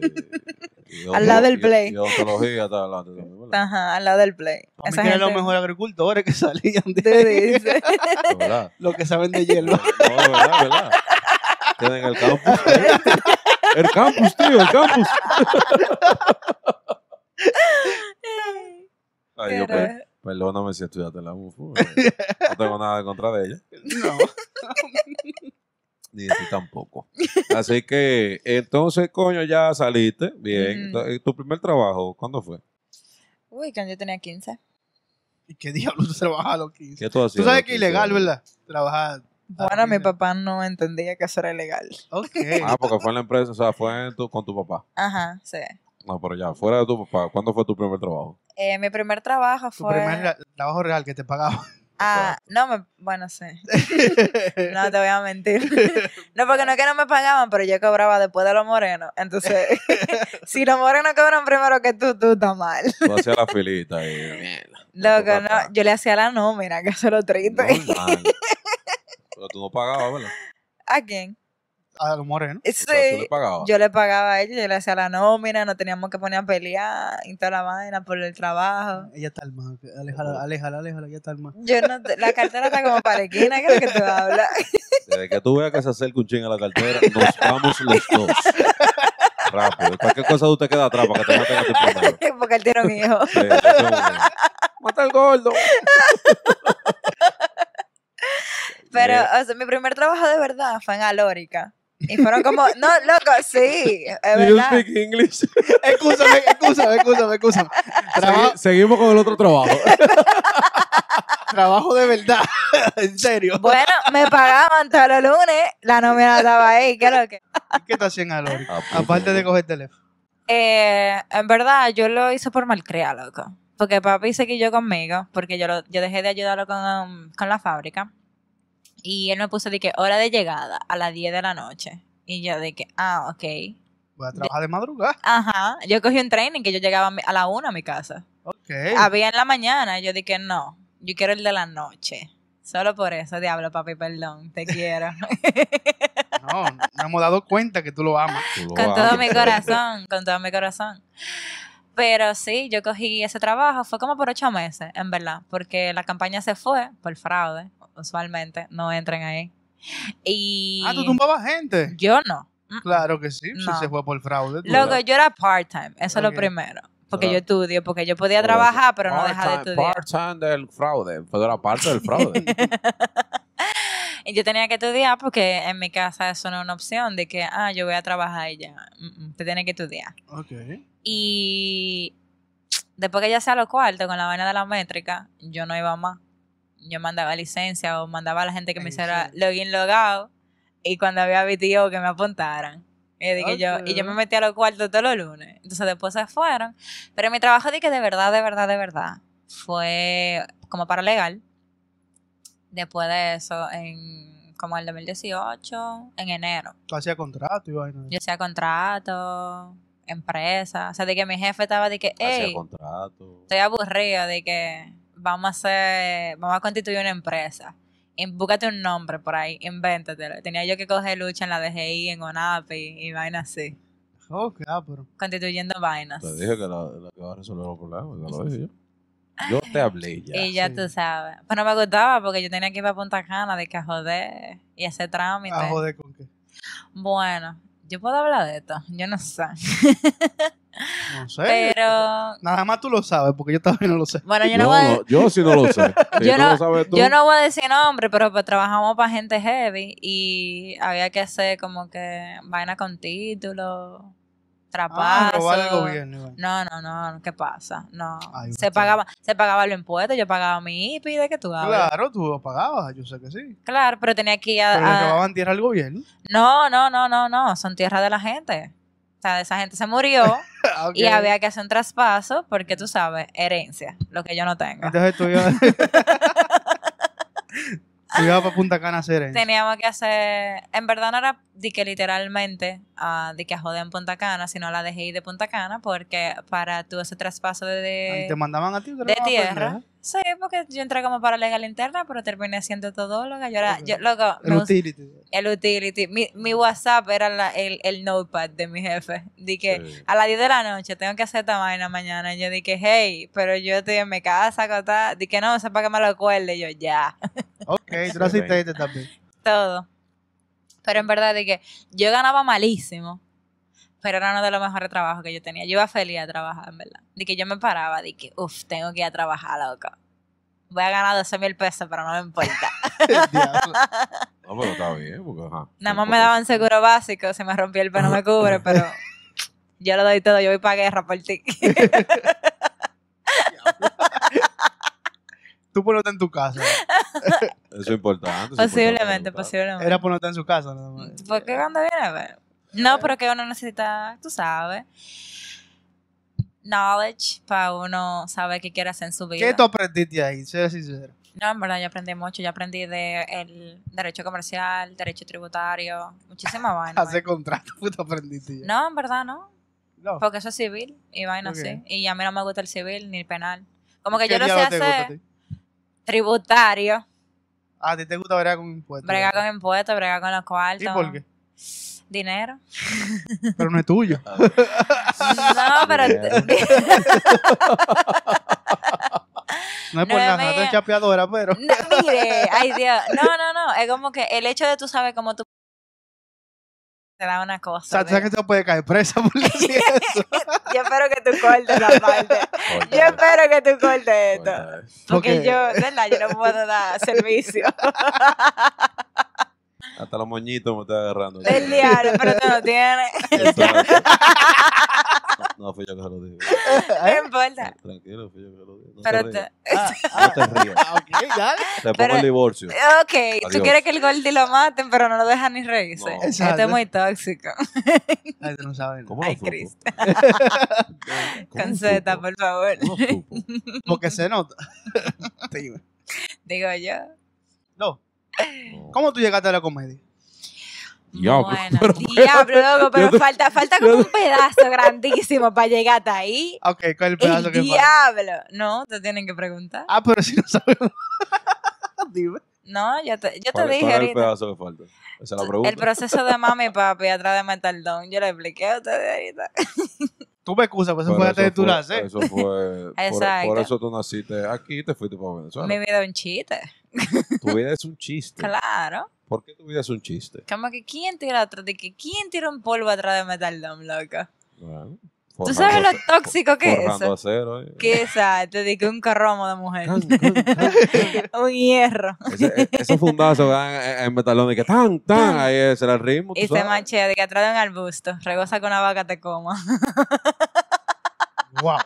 Y
Al lado
odonto-
del play.
Y, y odontología está adelante también, ¿verdad?
Ajá, al lado del play.
A mí
Esa
que eran los
gente-
mejores agricultores que salían
Tú
de
dices.
De verdad.
lo que saben de
No,
hielo.
de verdad, de verdad. Tienen el campus. El campus, tío, el campus. Ay,
Pero-
yo, per- perdóname si estudiaste en la UFU. eh. No tengo nada en contra de ella,
No.
ni de ti tampoco. Así que, entonces, coño, ya saliste. Bien.
Ujú.
Ento- ¿y ¿Tu primer trabajo, cuándo fue?
Uy, cuando yo tenía 15.
¿Y qué diablos tú trabajabas a los 15?
¿Qué tú hacías?
Tú sabes
Lo
que es ilegal,
hizo-
¿verdad? Trabajar.
Bueno, mi papá no entendía que eso era ilegal.
Ok.
Ah, porque fue en la empresa, o sea, fue en tu- con tu papá.
Ajá, sí.
No, pero ya, fuera de tu papá, ¿cuándo fue tu primer trabajo?
Eh, mi primer trabajo
Tu
fue...
primer ra- trabajo real que te pagaba.
Ah, no, me... bueno, sí. No te voy a mentir. No, porque no es que no me pagaban, pero yo cobraba después de los morenos. Entonces, si los morenos cobran primero que tú, tú estás mal.
Tú hacías la filita y...
Loco, no,
papá.
yo le hacía la nómina, que eso es lo triste.
Normal. Pero tú no pagabas, ¿verdad?
¿A quién?
a los morenos.
Sí,
O sea, tú le pagabas.
yo le pagaba a ellos, yo le hacía la nómina, nos teníamos que poner a pelear y toda la vaina por el trabajo.
Ella está al mar. Aléjala, aléjala, aléjala, ella está al mar.
Yo no, te- la cartera está como para la esquina, ¿qué es lo que te va a hablar?
Desde que tú veas que se acerca un ching a la cartera, nos vamos los dos. Rápido. ¿Para qué cosa tú te quedas atrás? Para que te maten a tu primero.
Porque él tiene un hijo.
Sí, eso es bueno. Mata al gordo.
Pero,
Eh.
o sea, mi primer trabajo de verdad fue en Alórica. Y fueron como, no, loco, sí, es
Do you
verdad.
speak English?
Excúsame, excúsame, excúsame, excúsame. Traba-
Segui- seguimos con el otro trabajo.
trabajo de verdad. en serio.
Bueno, me pagaban todos los lunes, la nómina estaba ahí, ¿qué es lo que?
¿Qué te hacían a Lori?
Ah, pues,
Aparte de coger teléfono.
Eh, en verdad, yo lo hice por malcrea, loco. Porque papi se quilló conmigo, porque yo, lo- yo dejé de ayudarlo con, um, con la fábrica. Y él me puso de que hora de llegada a las 10 de la noche. Y yo de que, ah, ok.
Voy a trabajar de madrugada.
Ajá. Yo cogí un training que yo llegaba a mi- a la 1 a mi casa.
Ok.
Había en la mañana, yo dije, no, yo quiero el de la noche. Solo por eso, diablo, papi, perdón, te quiero.
No, no hemos dado cuenta que tú lo amas.
tú lo
con todo
amas,
mi
pero-
corazón, con todo mi corazón. Pero sí, yo cogí ese trabajo, fue como por ocho meses, en verdad, porque la campaña se fue por fraude, usualmente, no entren ahí. Y
Ah, tú tumbabas gente.
yo no. Mm.
Claro que sí, si
No.
se fue por fraude. tú-
Loco, yo era part-time, eso es lo
Ok.
primero, porque
Ah.
yo estudio, porque yo podía
Ahora sí.
trabajar, pero no dejaba de
Part-time
estudiar.
part-time del fraude. Fue de la parte del fraude.
Y yo tenía que estudiar porque en mi casa eso no es una opción de que, ah, yo voy a trabajar y ya. Mm, mm, Te tienes que estudiar.
Ok.
Y después que ya sea los cuartos con la vaina de la métrica, yo no iba más. Yo mandaba licencia o mandaba a la gente que me
¿En
hiciera
serio?
login, logado. Y cuando había VTO que me apuntaran. Y, de que yo, y yo me
Ok.
metí a los cuartos todos los lunes. Entonces después se fueron. Pero mi trabajo de que de verdad, de verdad, de verdad fue como paralegal. Después de eso, en como el 2018, en enero.
Tú hacías contrato y vaina.
Yo hacía contrato, empresa. O sea, de que mi jefe estaba de que,
Hacía
hey,
contrato.
estoy aburrido de que vamos a hacer, vamos a constituir una empresa. Y búscate un nombre por ahí, invéntatelo. Tenía yo que coger lucha en la DGI, en ONAPI y vainas así.
Ok, ah, pero.
Constituyendo vainas.
Te dije que la, la que va a resolver los problemas. ya lo dije yo. Yo te hablé ya.
y ya
sí.
tú sabes. Pues no me gustaba porque yo tenía que ir para Punta Cana de que a joder y hacer trámite.
Ah, joder, ¿con qué?
Bueno, yo puedo hablar de esto, yo no sé.
No sé.
Pero
Nada más tú lo sabes, porque yo todavía no lo sé.
bueno, yo
Yo
no voy a,
no- yo sí no lo sé. Si
Yo
tú
no-
lo sabes tú.
Yo no voy a decir nombre, pero pues, trabajamos para gente heavy y había que hacer como que vaina con título,
Ah,
trapazo.
robar al gobierno. y vaina.
no, no, no, ¿qué pasa? No.
Ay,
se
usted.
pagaba, se pagaba los impuestos, yo pagaba mi IPI de que tú hablas. Claro.
Claro, tú lo pagabas, yo sé que sí.
pero tenía que ir
Pero le
a- a,
acababan tierra al gobierno.
No, no, no, no, no, son tierras de la gente. O sea, esa gente se murió
Ah, ok.
y había que hacer un traspaso porque tú sabes, herencia, lo que yo no tengo.
Entonces tú ibas. tú ibas para Punta Cana a hacer eso.
teníamos que hacer, en verdad no era de que literalmente ah, de que a joder en Punta Cana, sino la dejé ir de Punta Cana porque para tú ese traspaso de, de-
Te mandaban a ¿eh? ti. tú eras
de
una
tierra.
pendeja.
Sí, porque yo entré como para legal interna, pero terminé siendo todóloga. Yo era,
Ok.
yo, loco,
El
me us-
utility.
el utility. Mi, mi WhatsApp era la- el, el notepad de mi jefe. Di que
Sí.
a las 10 de la noche tengo que hacer esta vaina mañana. Y yo dije, hey, pero yo estoy en mi casa, cota. Di que no, sepa que me lo acuerde. Y yo, ya.
Ok, tú eras asistente también.
todo. Pero en verdad de que yo ganaba malísimo, pero era uno de los mejores trabajos que yo tenía. Yo iba feliz a trabajar, en verdad. De que yo me paraba, de que, uff, tengo que ir a trabajar, loco. Voy a ganar 12 mil pesos, pero no me importa.
Diablo.
No, pero está bien, porque ajá.
Nada más me daban seguro básico, se me rompió el pelo, no me cubre, pero yo lo doy todo, yo voy para guerra por ti.
Tú ponerte en tu casa.
Eso es importante. eso es
posiblemente,
importante.
posiblemente.
Era ponerte en su casa. nada más.
Porque cuando viene a ver. No, pero que uno necesita, tú sabes, knowledge para uno saber qué quiere hacer en su vida.
¿Qué tú aprendiste ahí? Ser sincero.
No, en verdad, yo aprendí mucho. Yo aprendí de el derecho comercial, derecho tributario, muchísima vaina.
Hacer contrato, puto aprendiste
man.
ya.
No, en verdad no,
No.
porque eso es civil y vaina
Ok.
así. Y a mí no me gusta el civil ni el penal. Como que
¿Qué
yo lo sé
diablo te gusta a
hacer
ti?
tributario,
Ah, ¿a ti te gusta bregar con impuestos?
bregar con impuestos, bregar con los cuartos.
¿Y por qué?
Dinero.
Pero no es tuyo.
No, pero
No es
No
por
es
nada, no es
mía.
chapeadora, pero.
No, mire, ay Dios. No, no, no. Es como que el hecho de tú sabes cómo tú será una
O
cosa.
sea, tú sabes
de-
que se puede caer presa por decir eso.
Yo espero que tú cortes la parte. Yo espero que tú cortes esto. Porque
Ok.
yo, ¿verdad? Yo no puedo dar servicio.
Hasta los moñitos me está agarrando.
El diablo, pero tú no tienes.
¿Eh?
Exacto. No, fui yo que se lo dije.
No importa.
Tranquilo, fui yo que se lo dije. No
Pero
te
te-
rías. No te rías.
Ah, ok, dale.
Te pongo
Pero-
el divorcio.
Ok, tú
Adiós.
quieres que el Gordy lo maten, pero no lo dejan ni reírse.
No.
Esto
Exacto.
es muy tóxico.
Ay, tú no sabes.
¿Cómo lo
Ay,
supo?
Cristo.
¿Cómo
Con
lo
Z,
supo?
por favor.
¿Cómo lo supo?
Porque se nota. Dime.
Digo yo.
No.
No.
¿Cómo tú llegaste a la comedia?
Diablo,
Bueno,
pero-
diablo, loco, pero
Yo te-
falta, falta como un pedazo grandísimo para llegar hasta ahí.
Ah, Ok, ¿cuál es el pedazo
El
que fue?
diablo. No, te tienen que preguntar.
Ah, pero si no sabemos. Dime.
No, yo te, yo te
¿Cuál-
dije
cuál es el
ahorita.
pedazo que falta? Esa es la
El
pregunta.
proceso de mami y papi atrás de Metaldón. Yo lo expliqué a ustedes ahorita.
Tú me excusas, pues eso
Pero
fue antes de tú
fue-
nacer.
Eso fue. por,
Exacto.
por eso tú naciste aquí y te fuiste para Venezuela.
Mi vida es un chiste.
Tu vida es un chiste.
Claro.
¿Por qué tu vida es un chiste?
Como que quién tira atrás de que quién tira un polvo atrás de Metaldón, loco.
Bueno,
¿Tú
forjando-
sabes lo tóxico que es eso?
forjando acero, eh.
Que exacto, de que un carromo de mujer.
Can, can, can.
un hierro.
Ese- e- Esos fundazos dan en, en metalón y que tan, tan, ahí ese era el ritmo. tú
Y se
sabes.
manchea de que atrás de un arbusto. Regoza con una vaca te coma.
Wow.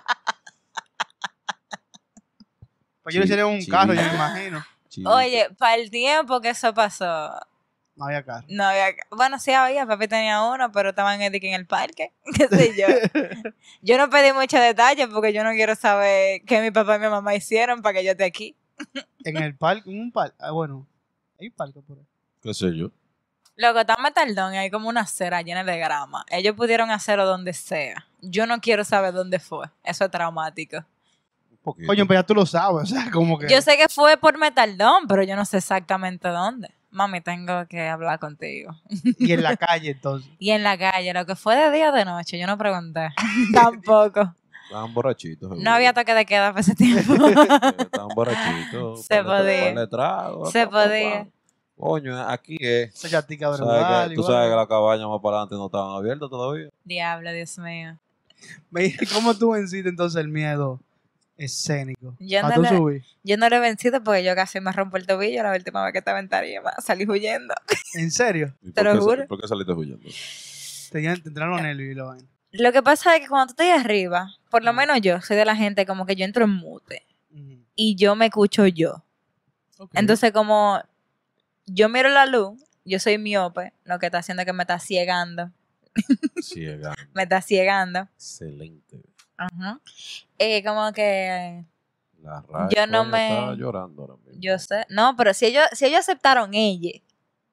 Pues yo le
Sí,
hicieron un
sí.
carro, yo me imagino.
Chiste.
Oye, para el tiempo que eso pasó,
No había carro.
no había. ca- Bueno, sí había, papi tenía uno, pero estaban eh, en en el parque, qué sé yo. Yo no pedí muchos detalles porque yo no quiero saber qué mi papá y mi mamá hicieron para que yo esté aquí.
En el parque, en un parque. Ah, bueno, hay un parque por ahí.
¿Qué sé yo?
Loco, está Metaldón y hay como una acera llena de grama. Ellos pudieron hacerlo donde sea. Yo no quiero saber dónde fue. Eso es traumático.
Un poquito.
Coño, pero ya tú lo sabes, o sea, como que.
Yo sé que fue por Metaldón, pero yo no sé exactamente dónde. Mami, tengo que hablar contigo.
Y en la calle, entonces.
Y en la calle, lo que fue de día o de noche, yo no pregunté. Tampoco.
Estaban borrachitos. seguro.
No había toque de queda para ese tiempo.
Eh, Estaban borrachitos.
Se
par de
podía.
tra- par de tragos,
Se
pa, pa, pa.
podía.
Coño, aquí es.
Esa chatica
Tú
verbal,
sabes que, tú
igual.
sabes que la cabaña más para adelante no estaban abiertas todavía.
Diablo, Dios mío.
Me- ¿Cómo tú venciste entonces el miedo escénico?
Yo
¿A
no
tú
le-
subí?
Yo no lo he vencido porque yo casi me rompo el tobillo la última vez que estaba en tarima. Salí huyendo.
¿En serio?
¿Y
Te
por
lo
qué sa-
juro.
¿Por qué saliste huyendo?
Te llegan- te entraron los nervios y la vaina.
Lo que pasa es que cuando tú estás arriba, por lo
Mm.
menos yo, soy de la gente como que yo entro en mute
Ujú.
y yo me escucho yo. Entonces como yo miro la luz, yo soy miope, lo que está haciendo es que me está ciegando,
Ciega.
me está ciegando.
Excelente.
Ajá. Eh, como que
La raya,
Yo no
coño,
me-
Estaba llorando ahora mismo.
yo sé, no, pero si ellos, si ellos aceptaron ella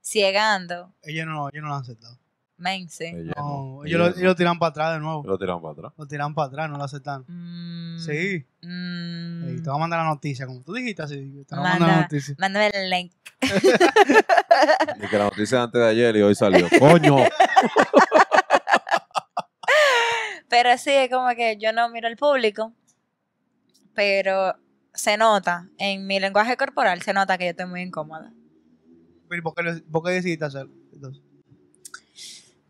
ciegando,
Ellos no, ellos no lo han aceptado.
mense.
Ella
No,
no,
ellos,
ella
lo, ellos lo tiran para atrás de nuevo.
Lo tiraron para atrás.
Lo tiran para atrás, no lo aceptan.
Mm,
Sí.
mm,
Ey, te voy a mandar la noticia, como tú dijiste así. Te voy a
Manda.
mandar la noticia.
mándame el link.
Y que la noticia antes de ayer y hoy salió. ¡Coño!
Pero sí, es como que yo no miro al público, pero se nota, en mi lenguaje corporal se nota que yo estoy muy incómoda.
Pero, ¿y ¿por qué, lo- por qué decidiste hacerlo? Entonces,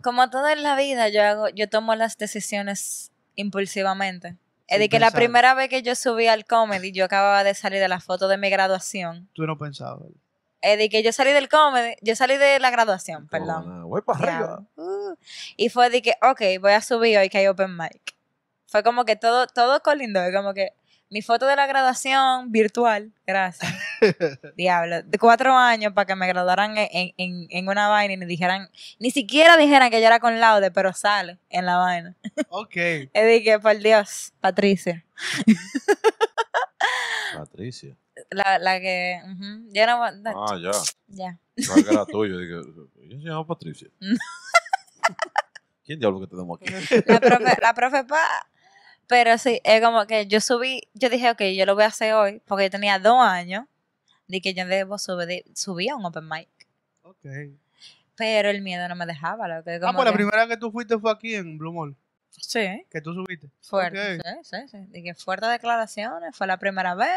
Como todo en la vida, yo hago, yo tomo las decisiones impulsivamente. Es
Sin
de que la
pensar.
primera vez que yo subí al comedy, yo acababa de salir de la foto de mi graduación.
tú no pensabas. ¿verdad?
Es de que yo salí del comedy, yo salí de la graduación,
Como
perdón.
nada, Voy para arriba.
Ya. Uh, y fue de que, ok, voy a subir hoy que hay open mic. Fue como que todo, todo colindó. es Como que mi foto de la graduación virtual, gracias. Diablo, de cuatro años para que me graduaran en, en- en- en una vaina y me dijeran, ni siquiera dijeran que yo era con laude, pero sale en la vaina.
Ok.
Y dije, por Dios, Patricia,
Patricia.
la, la que, ujú, yo no, voy-
Ah, ya.
ya.
No es que era tuyo. Dije, yo se llama Patricia. ¿Quién diablo que tenemos aquí?
la profe, la profe pa. Pero sí, es como que yo subí, yo dije, ok, yo lo voy a hacer hoy, porque yo tenía dos años de que yo debo subir, subir a un open mic.
Ok.
Pero el miedo no me dejaba. Lo que como
ah, pues la
que-
primera que tú fuiste fue aquí en Blue Mall,
Sí,
que tú subiste.
fuerte.
Ok.
Sí, sí, sí. Dije, fuertes declaraciones. Fue la primera vez.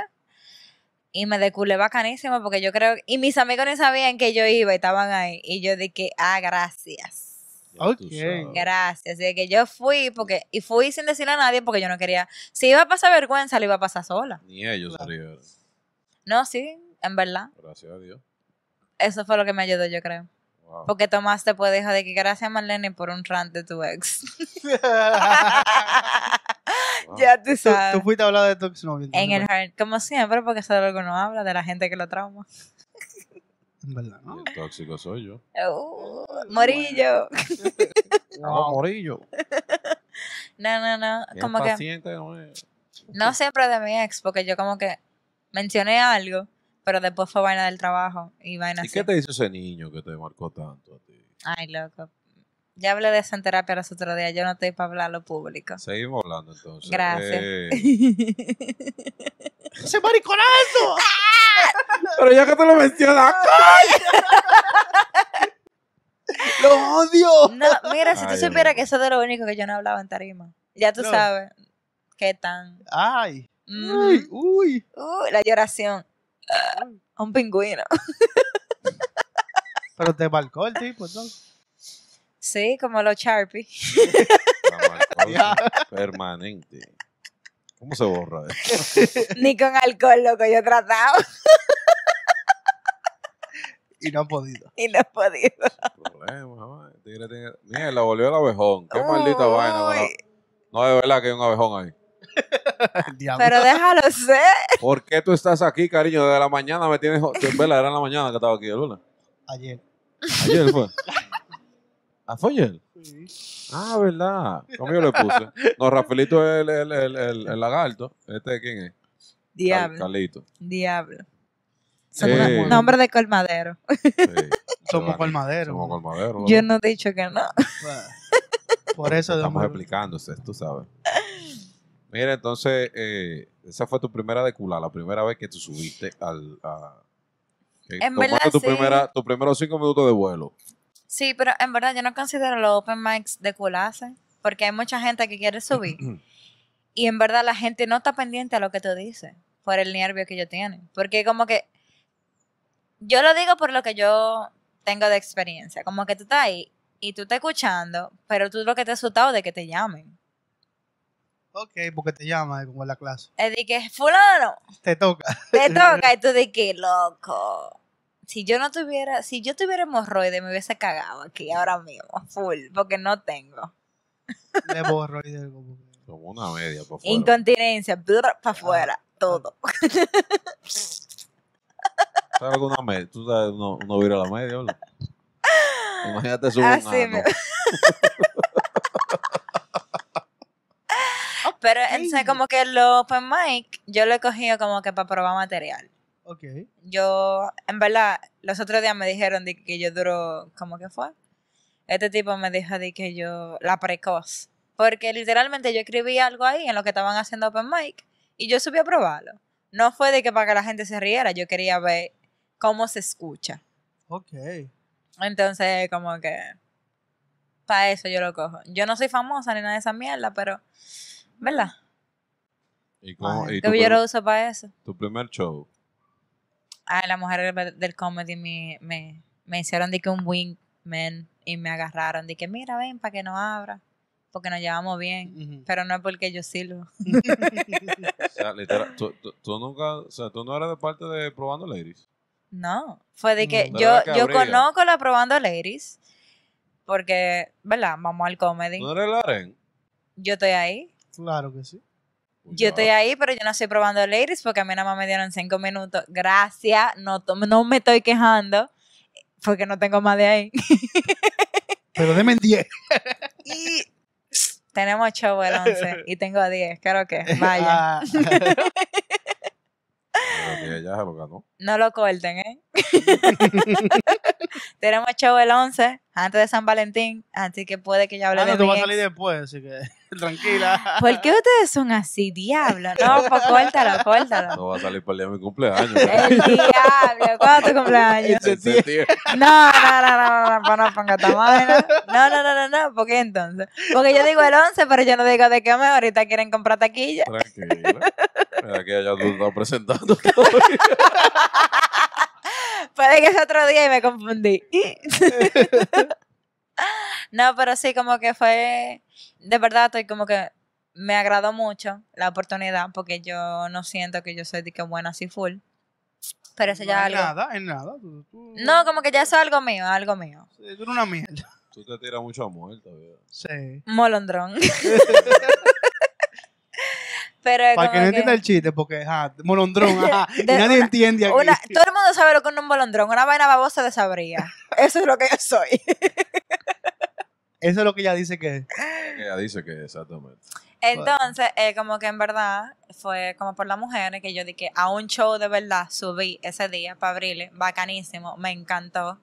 Y me deculé bacanísimo porque yo creo. Y mis amigos no sabían que yo iba y estaban ahí. Y yo dije, ah, gracias.
Ok.
Gracias. Y de que yo fui porque. Y fui sin decirle a nadie porque yo no quería. Si iba a pasar vergüenza, lo iba a pasar sola.
Ni ellos
Claro.
salieron.
No, sí, en verdad.
Gracias a Dios.
Eso fue lo que me ayudó, yo creo.
Wow.
Porque Tomás te puede dejar de que gracias Marlene por un rant de tu ex.
wow.
ya tú
tú,
sabes.
tú fuiste a hablar de tu exnovio.
en el
entonces,
heart, como siempre, porque eso es lo que uno habla de la gente que lo trauma.
En verdad, ¿no?
Y el tóxico soy yo.
Uh, morillo.
No, Morillo.
No, no, no.
Es
Como que
paciente, no es.
no siempre de mi ex, porque yo como que mencioné algo, pero después fue vaina del trabajo y vaina
¿Y
así.
qué te hizo ese niño que te marcó tanto a ti?
Ay, loco. Ya hablé de esa en terapia los otros días, yo no estoy para hablarlo público.
Seguimos hablando entonces.
Gracias.
Eh,
¡Ese mariconazo!
Pero ya que tú lo mencionas,
¡Lo odio!
No, mira, si tú
Ay,
supieras
amigo.
que eso es de lo único que yo no hablaba en tarima. Ya tú
No.
sabes qué tan.
¡Ay!
Mm.
¡Uy! ¡Uy!
Uh, la lloración. Ah, un pingüino.
Pero te marcó el tipo, entonces.
Sí, como los Sharpie.
la marcó
Ya.
Permanente. ¿Cómo se borra eso?
Ni con alcohol, loco, yo trataba
Y no ha podido.
y no he podido.
Problemas, mamá. El tigre tiene- Mira, la volvió el abejón. Qué maldita
Uy.
vaina. ¿verdad? No, es verdad que hay un abejón ahí.
El diablo.
Pero déjalo ser.
¿Por qué tú estás aquí, cariño? Desde la mañana me tienes. jo- En verdad, era en la mañana que estaba aquí, Luna.
Ayer.
Ayer fue. ¿Ah, fue ayer? Ah, verdad. ¿Cómo yo le puse? No, Rafaelito es el, el, el, el- el lagarto. ¿Este quién es? Cal-
Diablo,
Carlito.
diablo.
Se
Eh.
muere.
Nombre de colmadero.
Sí.
Somos colmaderos.
Somos colmaderos. loco.
Yo no he dicho que no.
Bueno, Por eso de
Estamos
amor.
explicándose, tú sabes. Mira, entonces, eh, esa fue tu primera de culá, la primera vez que tú subiste al. A, que
En
tomaste
verdad,
tu
sí.
primera, tus primeros cinco minutos de vuelo.
Sí, pero en verdad yo no considero los open mics de culace. Porque hay mucha gente que quiere subir. y en verdad la gente no está pendiente a lo que tú dices. Por el nervio que yo tienen. Porque como que. Yo lo digo por lo que yo tengo de experiencia. Como que tú estás ahí y tú estás escuchando. Pero tú lo que te has asustado de que te llamen.
Ok, porque te llama eh, como en la clase.
Es de que, Fulano,
Te toca.
te toca. y tú de que, loco. Si yo no tuviera. Si yo tuviera hemorroides, me hubiese cagado aquí ahora mismo. Full. Porque no tengo.
Le borro y de como que-
Como una media, por favor.
Incontinencia, para afuera, todo.
¿Sabes alguna media? Tú sabes, uno, uno vira la media, ¿verdad? Imagínate subir
Así
un ano.
me- Pero entonces como que lo open mic, yo lo he cogido como que para probar material.
Ok.
Yo, en verdad, los otros días me dijeron de que yo duro, ¿cómo que fue? Este tipo me dijo de que yo, la precoz. Porque literalmente yo escribí algo ahí en lo que estaban haciendo open mic y yo subí a probarlo. No fue de que para que la gente se riera, yo quería ver cómo se escucha.
Ok.
Entonces, como que. Para eso yo lo cojo. Yo no soy famosa ni nada de esa mierda, pero. ¿Verdad?
¿Y, cómo-
Ay,
y tu,
Que yo
prim-
lo uso para eso.
tu primer show?
Ay, las mujeres del- del comedy me, me, me hicieron de que un wingman y me agarraron. De que, mira, ven, para que no abra. Porque nos llevamos bien.
Ujú.
Pero no es porque yo sirvo.
O sea, literal, tú, tú- tú nunca, o sea, tú no eres de parte de Probando Ladies.
No. Fue de que
No,
yo,
¿verdad que
yo
habría?
conozco la probando ladies. Porque, ¿verdad? Vamos al comedy.
¿Tú no eres Laren?
Yo estoy ahí.
Claro que sí.
Pues
Yo estoy ahí, pero yo no estoy probando ladies porque a mí nada más me dieron cinco minutos. Gracias, no, to- no me estoy quejando porque no tengo más de ahí.
Pero deme el 10.
Y tenemos show el 11 y tengo 10, claro que, vaya.
Ah,
Pero que ella se lo ganó.
No lo corten, ¿eh? Tenemos show el 11, antes de San Valentín, así que puede que ya hable
Ah,
de
no, tú
mi
vas a
ex.
salir Ah. después, así que tranquila.
¿Por qué ustedes son así, diablo? No, pues córtalo, córtalo.
No va a salir para el día de mi cumpleaños.
El diablo, ¿cuándo es tu cumpleaños? No, no, no, no, no, no, no, no ponga esta vaina. No, no, no, no, no, ¿por qué entonces? Porque yo digo el 11, pero yo no digo de qué mes, ahorita quieren comprar taquilla.
Tranquila. Mira que allá tú estás presentando.
Puede que sea otro día y me confundí. no, pero sí, como que fue, de verdad, estoy como que me agradó mucho la oportunidad, porque yo no siento que yo soy de que buena así full. Pero eso ya
en
es algo.
nada, en nada. Tú, tú-
No, como que ya eso es algo mío, algo mío.
Sí, Tú eres una mierda.
Tú te tiras mucho a muerte. ¿verdad?
Sí.
Molondrón. Pero es
Para que no
como
entienda
que-
el chiste, porque ajá, molondrón, ajá. y
De
nadie
una-
entiende aquí.
Una- todo el mundo sabe lo que es un bolondrón, una vaina babosa de sabría. Eso es lo que yo soy.
Eso es lo que ella dice que es.
Ella dice que exactamente.
Entonces, eh, como que en verdad fue como por las mujeres que yo dije a un show de verdad subí ese día para abrirle, bacanísimo, me encantó.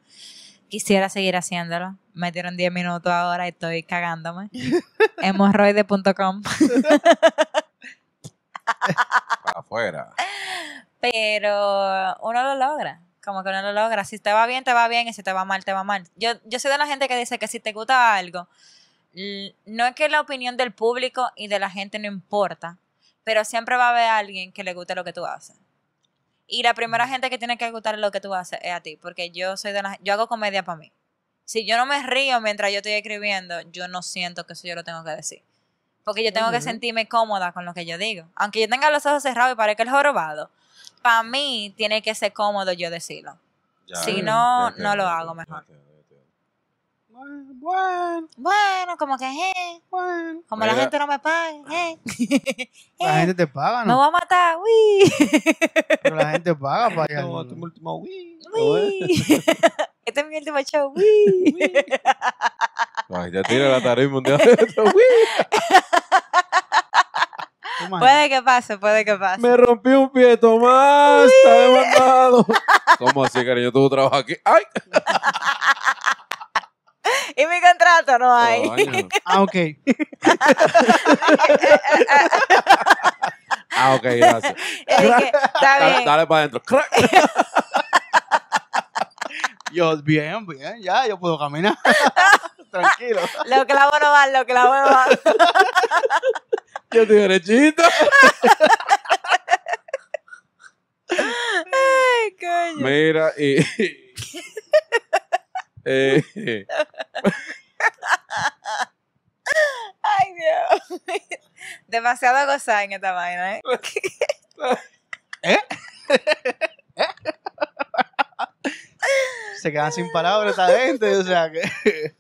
Quisiera seguir haciéndolo. Me dieron 10 minutos ahora y estoy cagándome. Hemorroide.com.
Afuera.
Pero uno lo logra. Como que uno lo logra. Si te va bien, te va bien. Y si te va mal, te va mal. Yo, yo soy de la gente que dice que si te gusta algo, l- no es que la opinión del público y de la gente no importa, pero siempre va a haber alguien que le guste lo que tú haces. Y la primera gente que tiene que gustar lo que tú haces es a ti, porque yo soy de la, yo hago comedia para mí. Si yo no me río mientras yo estoy escribiendo, yo no siento que eso yo lo tengo que decir. Porque yo tengo que
Ujú.
sentirme cómoda con lo que yo digo. Aunque yo tenga los ojos cerrados y parezca el jorobado, para mí tiene que ser cómodo yo decirlo.
Ya,
Si
ya,
no,
ya
no lo
entiendo,
hago
ya
mejor.
entiendo, ya entiendo.
Bueno, bueno,
Bueno, como que, eh,
bueno.
como la
Mira.
gente no me paga, eh.
La
eh.
gente te paga,
Me
¿no?
voy a matar, uy.
Pero la gente paga para allá.
No, este es mi último wii.
uy. Este es mi último show, uy.
Ay, ya tira la tarima mundial. Wii.
Puede que pase, puede que pase.
Me rompí un pie, Tomás. Está demandado. ¿Cómo así, cariño? Tú trabajas aquí. ¡Ay!
Y mi contrato no hay.
Coño.
Ah, ok.
Ah, ok, gracias.
Es que, está
Dale,
bien.
dale para adentro. ¡Crack!
Yo, bien, bien, ya, yo puedo caminar. Tranquilo.
Los clavos no van, los clavos no van.
Yo estoy derechito.
Ay, coño.
Mira, y. eh,
Ay, Dios. Demasiado gozada en esta vaina, ¿eh?
Se quedan sin palabras esta gente, o sea que...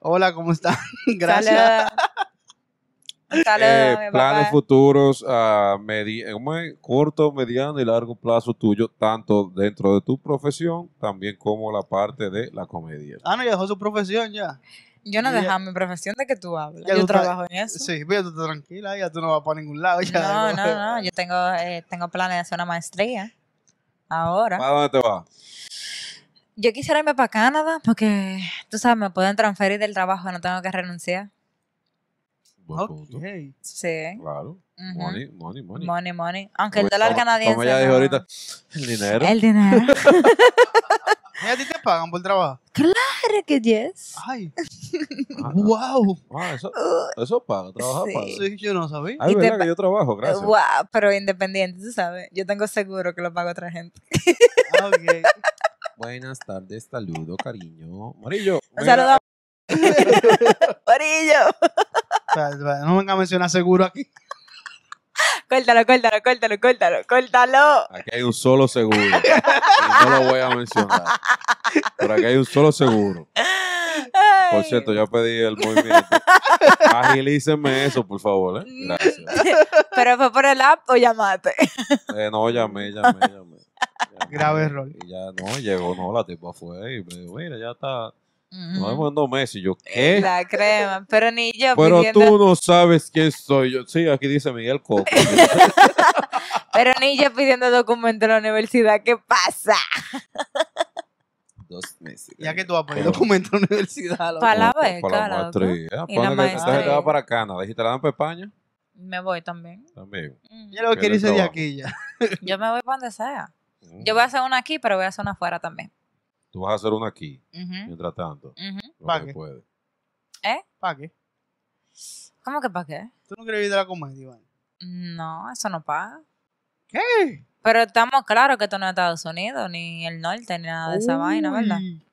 Hola, ¿cómo están? Gracias.
Saludos.
eh,
Saludos, mi
planes
papá.
futuros a medi- eh, ¿cómo es? corto, mediano y largo plazo tuyo, tanto dentro de tu profesión, también como la parte de la comedia.
Ah, no, ya dejó su profesión ya.
Yo no
Ya-
dejaba mi profesión de que tú hablas.
Ya
Yo
tú
trabajo en eso.
Sí, pero tú estás tranquila, ya tú no vas para ningún lado. Ya,
No, no, no. Yo tengo, eh, tengo planes de hacer una maestría. Ahora.
¿Para dónde te vas?
Yo quisiera irme para Canadá porque, tú sabes, me pueden transferir del trabajo, no tengo que renunciar.
Buen punto.
Ok.
Sí.
Claro.
Ujú.
Money, money, money. Pues
Money, money. Aunque el
Como-
dólar
como-
canadiense.
Como ella dijo
no- Eh,
ahorita, el dinero.
El dinero.
¿Y a ti te pagan por trabajo?
Claro que yes.
Ay,
Ah,
wow.
ah, eso,
Uh,
eso paga, trabajar
Sí.
paga.
Sí, yo no sabía.
Ay,
Y te
verdad
pa-
que yo trabajo, gracias.
wow, pero independiente, tú sabes. Yo tengo seguro que lo paga otra gente.
Ah, ok.
Buenas tardes, saludo, cariño. Amarillo.
Un
mira,
saludo.
eh.
Orillo.
Espera, espera, No venga a mencionar seguro aquí.
Córtalo, córtalo, córtalo, córtalo, córtalo.
Aquí hay un solo seguro. Y no lo voy a mencionar. Pero aquí hay un solo seguro.
Ay.
Por cierto, ya pedí el movimiento. Agilícenme eso, por favor. ¿eh? Gracias.
Pero fue por el app o llamate.
Eh, no, llamé, llamé, llamé. Llamé.
Grave error.
Y ya no, llegó, no, la tipa fue y me dijo, mira, ya está. Nos vemos en dos meses. Y yo, ¿qué?
Eh, La crema. Pero ni yo
Pero
pidiendo
tú no sabes quién soy yo. Sí, aquí dice Miguel Coco.
Pero ni yo pidiendo documento en la universidad, ¿qué pasa?
dos meses.
Ya que tú vas a pedir
Pero-
documento a la universidad. loco.
Pa' la
Para-
beca,
Para la
loco.
maestría.
Y
Pana,
la
Ah, que esta gente
maestría.
va para Canadá. ¿Y te la dan para España?
Me voy también.
También.
Mm.
Yo lo que
Pero
quiero irse de
trabajo.
aquí ya.
Yo me voy para donde sea. Yo voy a hacer una aquí, pero voy a hacer una afuera también.
Tú vas a hacer una aquí,
Ujú,
mientras tanto.
ujú.
Lo
¿Para
que
qué?
puede.
¿Para qué?
¿Cómo que para qué?
¿Tú no quieres vivir de la comedia, Iván?
No, eso no paga.
¿Qué?
Pero estamos claros que esto no es Estados Unidos, ni el norte, ni nada Ah, de esa vaina, ¿verdad?
Uy.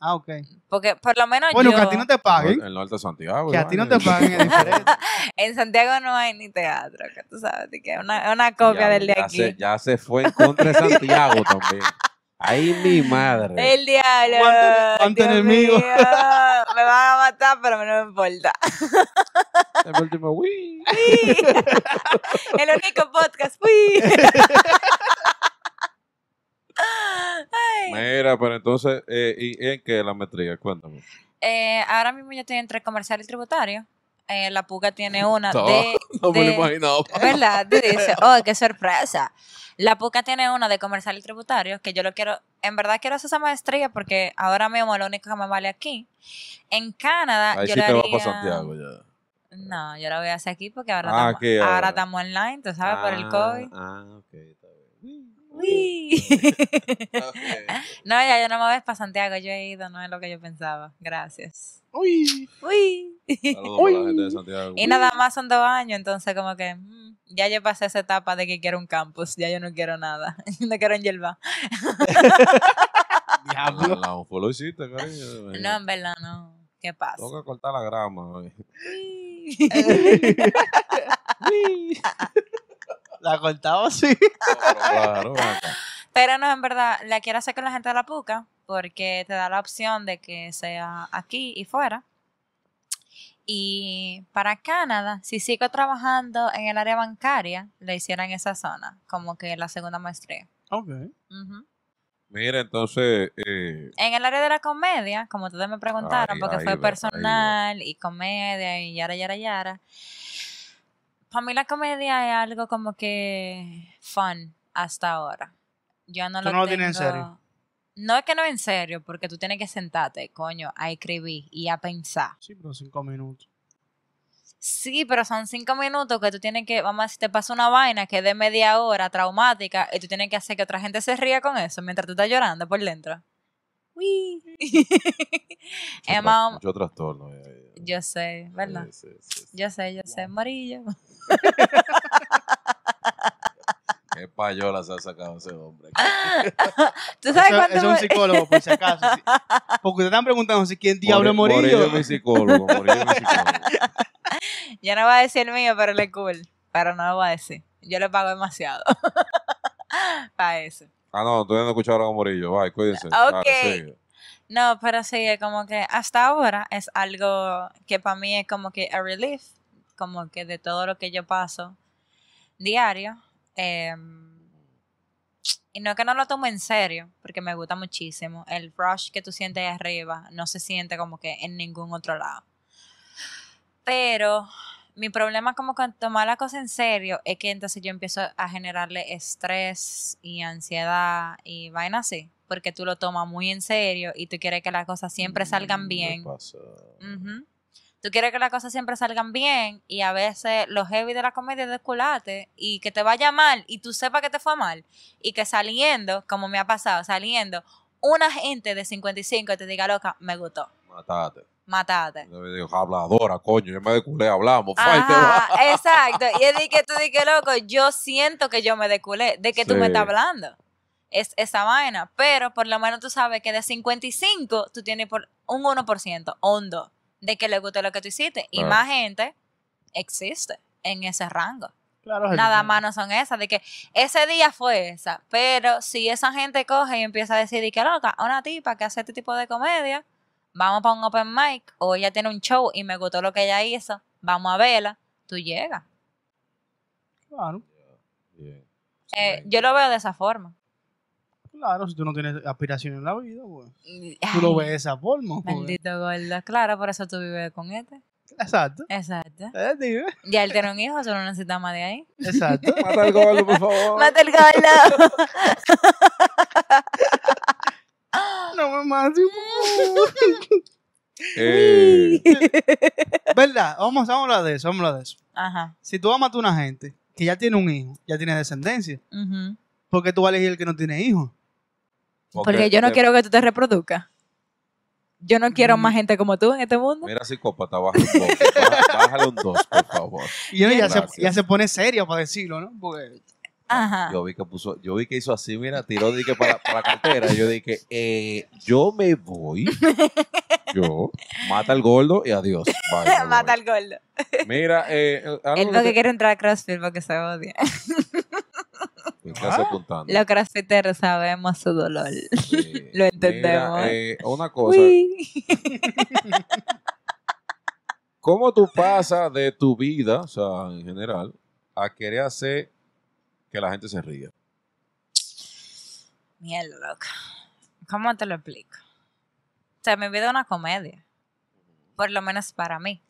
Ah, ok.
Porque por lo menos
Bueno,
yo...
que a ti no te paguen.
El norte de Santiago.
Que a
Iván,
ti no
eh.
te paguen es diferente.
En Santiago no hay ni teatro, que tú sabes, de que es una, es una copia
Ya,
del de
ya
aquí.
Se, ya se fue en contra de Santiago también. Ahí mi madre.
El diablo.
Guante- guante
Dios
enemigo.
mío. Me van a matar, pero no me importa.
El último, uy.
El único podcast. Uy. Ay.
Mira, pero entonces, eh, ¿y en qué la maestría? Cuéntame.
Eh, ahora mismo yo estoy entre comercial y tributario. Eh, la puca tiene una
Todo.
de
No me lo
de-
imaginaba.
¿Verdad? Tú dices, oh, qué sorpresa. La PUCA tiene una de comercial y tributario que yo lo quiero, en verdad quiero hacer esa maestría porque ahora mismo es lo único que me vale aquí. En Canadá,
Ahí
Ah, yo
sí
la
te vas
haría-
para Santiago ya.
No, yo la voy a hacer aquí porque ahora,
Ah,
estamos,
aquí ahora.
ahora. estamos online, tú sabes, por el
Ah,
COVID.
Ah, ok, está bien.
Uy.
Está bien.
no, ya yo no me ves para Santiago, yo he ido, no es lo que yo pensaba. Gracias.
Uy.
Uy.
Saludos para la gente de Santiago.
Y nada más son dos años, entonces como que mm, ya yo pasé esa etapa de que quiero un campus, ya yo no quiero nada, no quiero en Yelva.
La,
Diablo.
la lo hiciste, cariño.
No, en verdad, no. ¿Qué pasa?
Tengo que cortar la grama. eh.
La cortaba así.
Claro, ven acá.
Pero no, en verdad, la quiero hacer con la gente de la puca, porque te da la opción de que sea aquí y fuera. Y para Canadá, si sigo trabajando en el área bancaria, le hicieran esa zona, como que la segunda maestría.
Ok.
Ujú.
Mira, entonces, eh,
En el área de la comedia, como ustedes me preguntaron,
Ahí-
porque
ahí
fue
va,
personal y comedia y yara, yara, yara. Para mí la comedia es algo como que fun hasta ahora. Yo no
Tú
lo
no lo
tengo...
tienes en serio.
No es que no en serio, porque tú tienes que sentarte, coño, a escribir y a pensar.
Sí, pero cinco minutos.
Sí, pero son cinco minutos que tú tienes que, vamos a decir, te pasa una vaina que es de media hora, traumática, y tú tienes que hacer que otra gente se ría con eso mientras tú estás llorando por dentro. Uy.
mucho,
Es
tra-
más o-
mucho trastorno. eh, eh.
yo sé, ¿verdad?
Sí, sí, sí, sí.
Yo sé, yo sé, Morillo.
Qué payola se ha sacado ese hombre.
Ah, ¿Tú
Eso,
sabes
eso
cuánto
es un
mor-
psicólogo, por si acaso. sí. Porque ustedes están preguntando si quién diablo es
More-
Morillo.
es mi psicólogo. Morillo es mi psicólogo.
Yo no voy a decir el mío, pero le cool. Pero no lo voy a decir. Yo le pago demasiado. Para eso.
Ah, no, todavía no escucharon a Morillo. Bye, cuídense. Dale,
Ok.
sigue.
No, pero sí, es como que hasta ahora es algo que para mí es como que a relief, como que de todo lo que yo paso diario. em, y no que no lo tomo en serio, porque me gusta muchísimo. El rush que tú sientes ahí arriba no se siente como que en ningún otro lado. Pero mi problema como con tomar la cosa en serio es que entonces yo empiezo a generarle estrés y ansiedad y vaina así, porque tú lo tomas muy en serio y tú quieres que las cosas siempre
Mm,
salgan bien.
me pasa.
Ujú. Tú quieres que las cosas siempre salgan bien y a veces los heavy de la comedia es culate y que te vaya mal y tú sepas que te fue mal y que saliendo, como me ha pasado, saliendo, una gente de 55 te diga, loca, me gustó,
Matate.
matate.
Yo me digo, habladora, coño. Yo me deculé, hablamos.
Ah.
Fight, te va.
Ajá, exacto. Y es de que tú di que loco, yo siento que yo me deculé, de que tú me
Sí.
estás hablando. Es esa vaina. Pero por lo menos tú sabes que de 55 tú tienes por un 1% hondo de que le guste lo que tú hiciste. Y
Claro.
más gente existe en ese rango.
Claro, Jesús.
Nada más no son esas, de que ese día fue esa. Pero si esa gente coge y empieza a decir, y que loca, a una tipa que hace este tipo de comedia, vamos para un open mic, o ella tiene un show y me gustó lo que ella hizo, vamos a verla, tú llegas.
Claro,
Bien.
Eh,
Excelente.
yo lo veo de esa forma.
claro, si tú no tienes aspiración en la vida, pues,
Y-
tú lo
ay,
ves de esa forma. pues.
Maldito gordo. Claro, por eso tú vives con este.
Exacto.
Exacto.
Eh, digo, eh,
Ya él tiene un hijo, solo necesita más de ahí.
Exacto.
Mata al gordo, por favor.
¡Mata el gordo!
no mamá. sí,
Eh,
¿Verdad? Vamos, vamos a hablar de eso, vamos a hablar de eso.
Ajá.
Si tú vas a matar a una gente que ya tiene un hijo, ya tiene descendencia,
ujú.
¿por qué tú vas a elegir el que no tiene hijos?
Porque yo no
de-
quiero que tú te reproduzcas. Yo no quiero
Mm.
más gente como tú en este mundo.
Mira, psicópata, bájale un dos. ba- Bájale un dos, por favor.
Y ella ya se,
Gracias.
ya se pone seria para decirlo, ¿no? Porque
Ajá.
Yo vi que puso, yo vi que hizo así, mira, tiró dije, para, para la cartera. Yo dije, eh, yo me voy. Yo. Mata al gordo y adiós. Bye, me voy.
Mata al gordo.
Mira, eh, eh, algo
Él
que
porque
te-
quiere entrar a CrossFit porque se odia.
Me estás
Ah.
apuntando.
Los crossfiteros sabemos su dolor.
Sí.
Lo entendemos.
Mira, eh, una cosa,
Uy.
¿cómo tú pasas de tu vida, o sea, en general, a querer hacer que la gente se ría?
Mierda, loca. ¿Cómo te lo explico? O sea, mi vida es una comedia. Por lo menos para mí.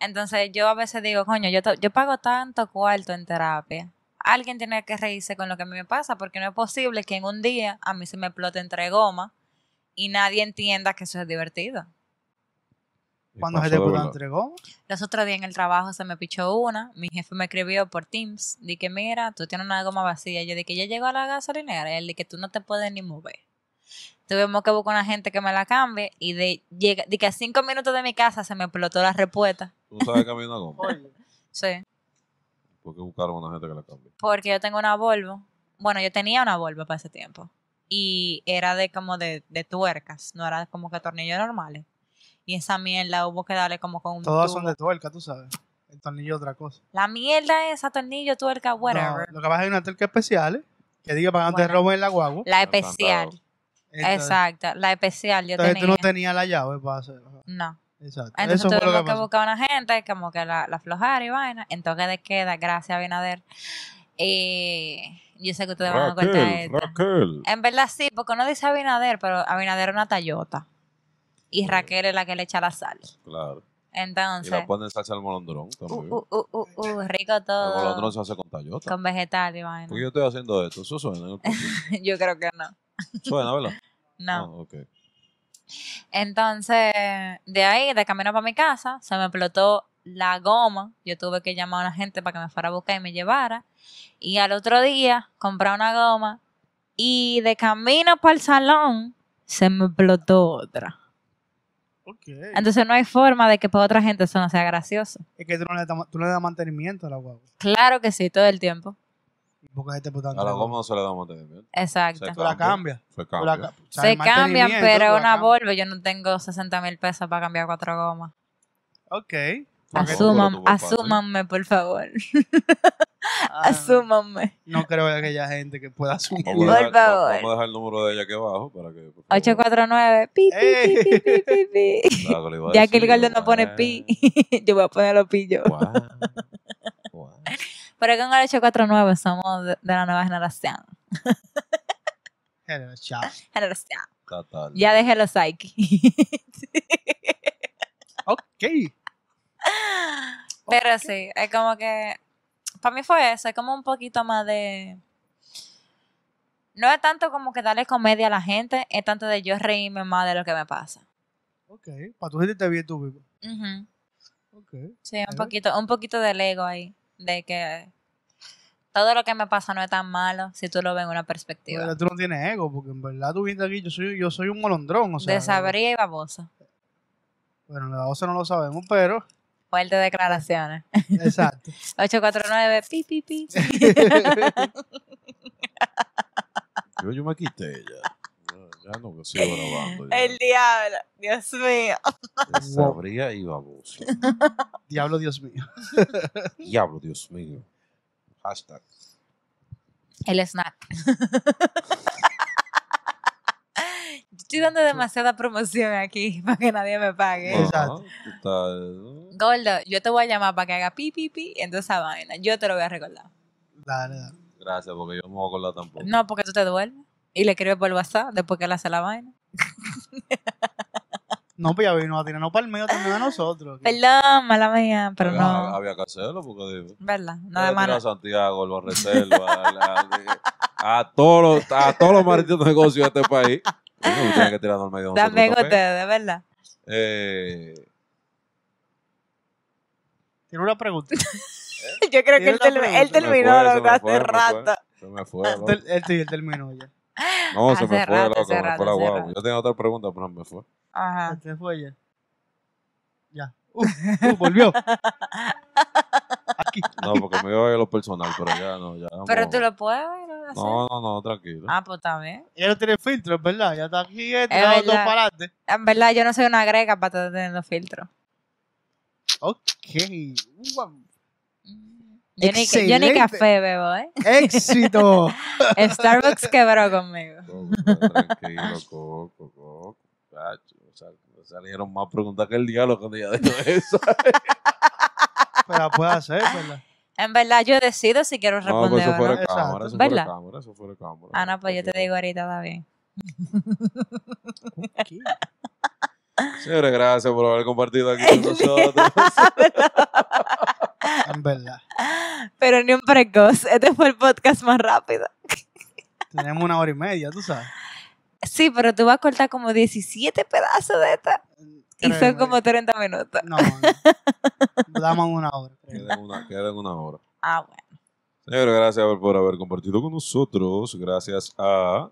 Entonces yo a veces digo, coño, yo, to- yo pago tanto cuarto en terapia. Alguien tiene que reírse con lo que a mí me pasa porque no es posible que en un día a mí se me explote entre goma y nadie entienda que eso es divertido.
Y
cuando se
pasó
te
de
puso
verdad.
entregó,
Los otros días en el trabajo se me pichó una, mi jefe me escribió por Teams, di que mira, tú tienes una goma vacía, yo di que ya llegó a la gasolinera, y él di que tú no te puedes ni mover. Tuvimos que buscar una gente que me la cambie y de, llega, di que a cinco minutos de mi casa se me explotó la respuesta.
Tú sabes que a mí una goma.
Sí,
¿Por qué buscaron a una gente que la cambie?
porque yo tengo una Volvo. Bueno, yo tenía una Volvo para ese tiempo y era de como de, de tuercas, no era como que tornillos normales. Y esa mierda hubo que darle como con un
todas
tubo.
son de tuerca, tú sabes. El tornillo es otra cosa.
La mierda esa, tornillo, tuerca, whatever.
No, lo que pasa es que hay una tuerca especial ¿eh? que diga para que no te
Bueno.
roben la guagua.
La
Está
especial.
plantado.
Entonces-
Exacto, la especial yo
Entonces
tenía.
tú no tenías la llave para hacerlo.
No.
Exacto.
Entonces
Eso fue lo
tuvimos
que
que,
pasó.
buscar una gente, como que la, la aflojara y vaina. En toque de queda, gracias, Abinader. Eh, yo sé que ustedes van a cortar
Raquel,
esto.
Raquel.
En verdad sí, porque uno dice Abinader, pero Abinader es una tallota. Y
Sí.
Raquel es la que le echa la sal.
Claro.
Entonces,
Y la ponen salsa al molondrón
uh,
también.
uh, uh, uh, uh, rico
el molondrón
todo.
se hace con tallota.
Con vegetal y vaina.
¿Por qué yo estoy haciendo esto? Eso suena. en el podcast.
Yo creo que no.
Suena, ¿verdad?
No.
Ah, ok.
Entonces, de ahí, de camino para mi casa, se me explotó la goma. Yo tuve que llamar a una gente para que me fuera a buscar y me llevara. Y al otro día, compré una goma. Y de camino para el salón, se me explotó otra.
Ok.
Entonces, no hay forma de que para otra gente eso no sea gracioso.
Es que tú no, le das, tú no le das mantenimiento a la guagua.
Claro que sí, todo el tiempo.
Porque se te puta
A la goma no se le da mantenimiento.
Exacto.
Se
Tú la cambias.
Se
tú la
cambia.
ca- o sea,
Se
el
cambian,
mantenimiento, tú
pero
la
una
cambias.
Volvo yo no tengo 60 mil pesos para cambiar cuatro gomas.
Ok.
Ah,
Porque-
Azul.
Asuman,
tú vas a hacer?
asúmanme, por favor.
Ah,
Asúmanme.
No creo que haya gente que pueda asumir.
Vamos a,
Por
dejar, va-
favor.
vamos a dejar el número de ella aquí abajo para que. por favor,
849. Pi, pi, pi, pi, pi, pi, pi.
la haga, le iba a
Ya que el
decir,
gordo no pone pi,
guau,
yo voy a poner los pillos.
guau, guau.
Pero con el 849 somos de, de la nueva generación.
Pero, chao.
Generación.
Está tarde.
Ya dejé los psyche.
Ok.
Pero sí, es como que. Para mí fue eso, es como un poquito más de. No es tanto como que darle comedia a la gente, es tanto de yo reírme más de lo que me pasa.
Ok. Para tu gente te bien tú vivo.
Ujú.
Ok.
Sí, un
Ujú.
poquito, un poquito del ego ahí, de que todo lo que me pasa no es tan malo si tú lo ves en una perspectiva.
Pero Pues tú no tienes ego, porque en verdad tú vienes aquí, yo soy, yo soy un molondrón. O sea,
Desabría y babosa.
Bueno, la osa no lo sabemos, pero.
Fuerte declaraciones.
Exacto.
849, pi, pi, pi.
Yo, yo me quité ya. No, Ya no sigo grabando. ya.
El diablo, Dios mío.
Sabría y baboso.
Diablo, Dios mío.
Diablo, Dios mío. Hashtag.
El snack. Yo Estoy dando demasiada promoción aquí para que nadie me pague.
Bueno. Exacto.
Ajá, tú estás-
Gordo, yo te voy a llamar para que haga pi, pi, pi, en toda esa vaina. Yo te lo voy a recordar.
Dale, dale.
Gracias, porque yo no me voy a acordar tampoco.
No, porque tú te duermes y le escribes por WhatsApp después que él hace la vaina.
No, pues ya vino a tirarnos para el medio también a nosotros.
Perdón, mala mía, pero
había,
no.
Había que hacerlo porque digo.
¿Verdad?
No
Nada
le
más.
tiro a Santiago, lo reserva, a, la- a todos los, a todos los malditos negocios de este país. Bueno, ustedes tienen que tirarnos al medio de nosotros
También
también.
ustedes, ¿verdad?
Eh,
Tiene una pregunta.
Yo creo que
Tiene
él,
una
termi-
pregunta.
él
se me
terminó
fue,
lo
se
que
me fue,
hace
se me fue,
rato.
Se me fue, loco.
Él, él, sí, él terminó ya.
No, se
Hace
me fue,
rato,
loco,
hace
se me
rato,
fue la
hace
guagua.
rato.
Yo tenía otra pregunta, pero me fue.
Ajá.
Se fue ya. Ya. Uh, uh, volvió. Aquí.
No, porque me iba a ver lo personal, pero ya no, ya.
Pero
vamos.
tú lo puedes ver. hacer.
No, no, no, tranquilo.
Ah, pues también.
Ya no tiene filtro, es verdad. Ya está aquí, eh,
Es
tirado todo
verdad.
para adelante.
En verdad, yo no soy una greca para tener los filtros.
Ok. Uh,
Yo ni, yo ni
Excelente.
café bebo, ¿eh?
éxito.
Starbucks quebró conmigo.
Coco, Tranquilo, coco, coco. Cacho, sal- salieron más preguntas que el diálogo cuando ya dijo eso.
Pero puede hacer, ¿verdad?
En verdad, yo decido si quiero
No, pero
responder o no.
eso fuera de
Exacto.
cámara, eso fuera de
¿Verdad?
cámara, eso fuera de cámara.
Ah, no, pues yo te digo ahorita, está bien.
Aquí.
Señores, gracias por haber compartido aquí con nosotros.
En verdad.
Pero ni un precoz. Este fue el podcast más rápido.
Tenemos una hora y media, tú sabes.
Sí, pero tú vas a cortar como 17 pedazos de esta. Y son
Créeme.
como 30 minutos.
No, no. Damos una hora. créeme.
Quedan una, quedan una hora.
Ah, bueno.
Señores, gracias por- por haber compartido con nosotros. Gracias a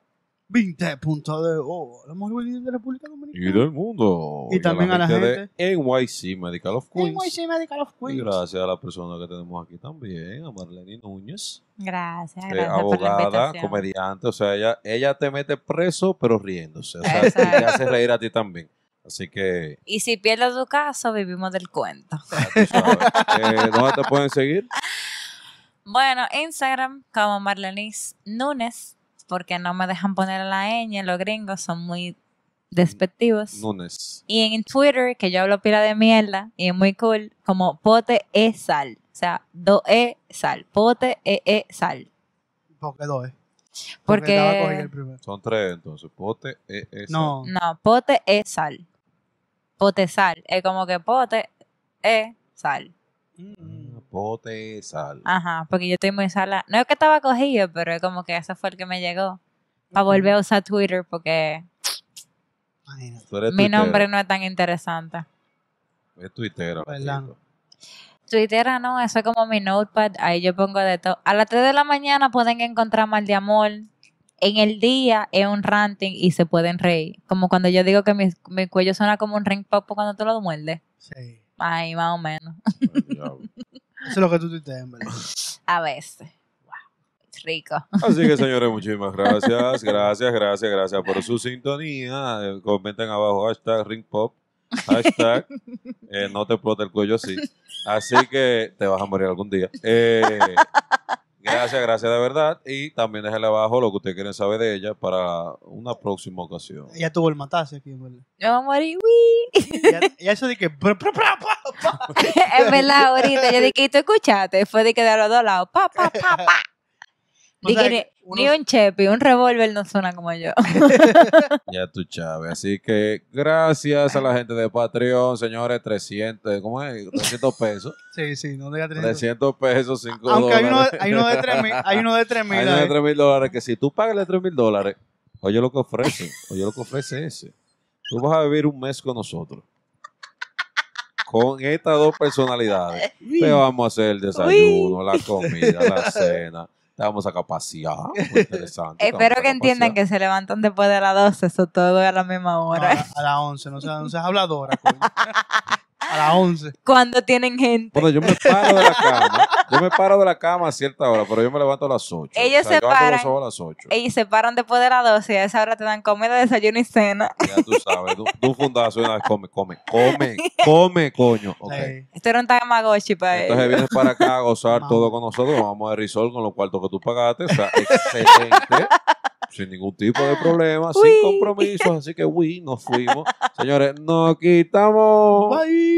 20 puntos de oh, la mejor venida de la República
y
Dominicana.
del mundo.
Y también a la
de NYC Medical of Queens.
NYC Medical of
Y
Queens.
gracias a la persona que tenemos aquí también, a Marlene Núñez,
Gracias,
eh,
gracias por la
abogada,
invitación.
comediante. O sea, ella, ella te mete preso, pero riéndose. O sea, y te
Exacto.
hace reír a ti también. Así que,
Y si pierdo tu caso, vivimos del cuento.
ya tú sabes. Eh, ¿Dónde te pueden seguir?
Bueno, Instagram como Marlenis Núñez, porque no me dejan poner la ñ, los gringos son muy despectivos.
Núñez.
Y en Twitter, que yo hablo pila de mierda y es muy cool, como pote e sal. O sea, do e sal. Pote e e sal.
Porque dos. eh.
Porque-
estaba cogido el primero.
Son tres, entonces. Pote, e, e,
No,
No, pote e sal. Pote sal. Es como que pote e sal. Mm.
sal. Ah, Pote, sal.
Ajá, porque yo estoy muy sala. No es que estaba cogido, pero es como que ese fue el que me llegó. Para volver a usar Twitter porque
imagínate.
Tú eres
mi
tuitera,
nombre no es tan interesante.
Es tuitera. la
Verdad.
tipa.
Twitter ah, no, eso es como mi notepad, ahí yo pongo de todo. A las 3 de la mañana pueden encontrar mal de amor. En el día es un ranting y se pueden reír. Como cuando yo digo que mi, mi cuello suena como un ring pop cuando tú lo muerdes.
Sí.
Ahí más o menos.
Ay, diablo.
Eso es lo que tú tuiteas, en verdad.
A veces. Wow, rico.
Así que señores, muchísimas gracias, gracias, gracias, gracias por su sintonía. Eh, Comenten abajo hashtag ringpop, hashtag eh, no te explota el cuello así. Así que te vas a morir algún día. Eh, gracias, gracias de verdad. Y también déjenle abajo lo que ustedes quieren saber de ella para una próxima ocasión.
Ella tuvo el matase aquí, en verdad.
Yo me morí, uy.
Ella, ella eso de que. pra, pra, pra, pra, pa.
es verdad, ahorita yo dije, ¿y tú escuchaste? Fue de que de los dos lados, pa, pa, pa, pa.
O sea,
Dije, ni-
uno-
ni un chepi, un revólver no suena como yo.
Ya tú, Chávez. Así que gracias a la gente de Patreon, señores, 300, ¿cómo es? 300 pesos.
Sí, sí, no diga 300.
300 pesos, 5
Aunque hay uno,
dólares.
hay uno de 3000. Hay uno de 3000.
Hay uno de
eh.
3 mil dólares que si tú pagas de 3 mil dólares, oye lo que ofrece, oye lo que ofrece ese. Tú vas a vivir un mes con nosotros. Con estas dos personalidades. Te vamos a hacer el desayuno, la comida, la cena. Te vamos a capacidad. Muy interesante. te vamos
Espero
a
que entiendan
capacitar.
que se levantan después de las 12, eso todo es a la misma
No,
hora.
a, la- a las 11, no seas, no seas habladora. coño. A las 11.
Cuando tienen gente.
Bueno, yo me paro de la cama. Yo me paro de la cama a cierta hora, pero yo me levanto a las 8.
Ellos se
yo abro los
paran.
ojos a las 8.
Ellos se paran después de las 12 y a esa hora te dan comida, desayuno y cena.
Ya tú sabes. Tú, tú fundaste una vez, come, come, come, come, coño. Ok.
Sí.
Esto era un tamagotchi para
Entonces
ellos.
vienes para acá a gozar
Vamos.
todo con nosotros. Vamos a Resort con los cuartos que tú pagaste. O sea, excelente. sin ningún tipo de problema,
Uy.
sin compromisos. Así que, uy, nos fuimos. Señores, nos quitamos.
Bye.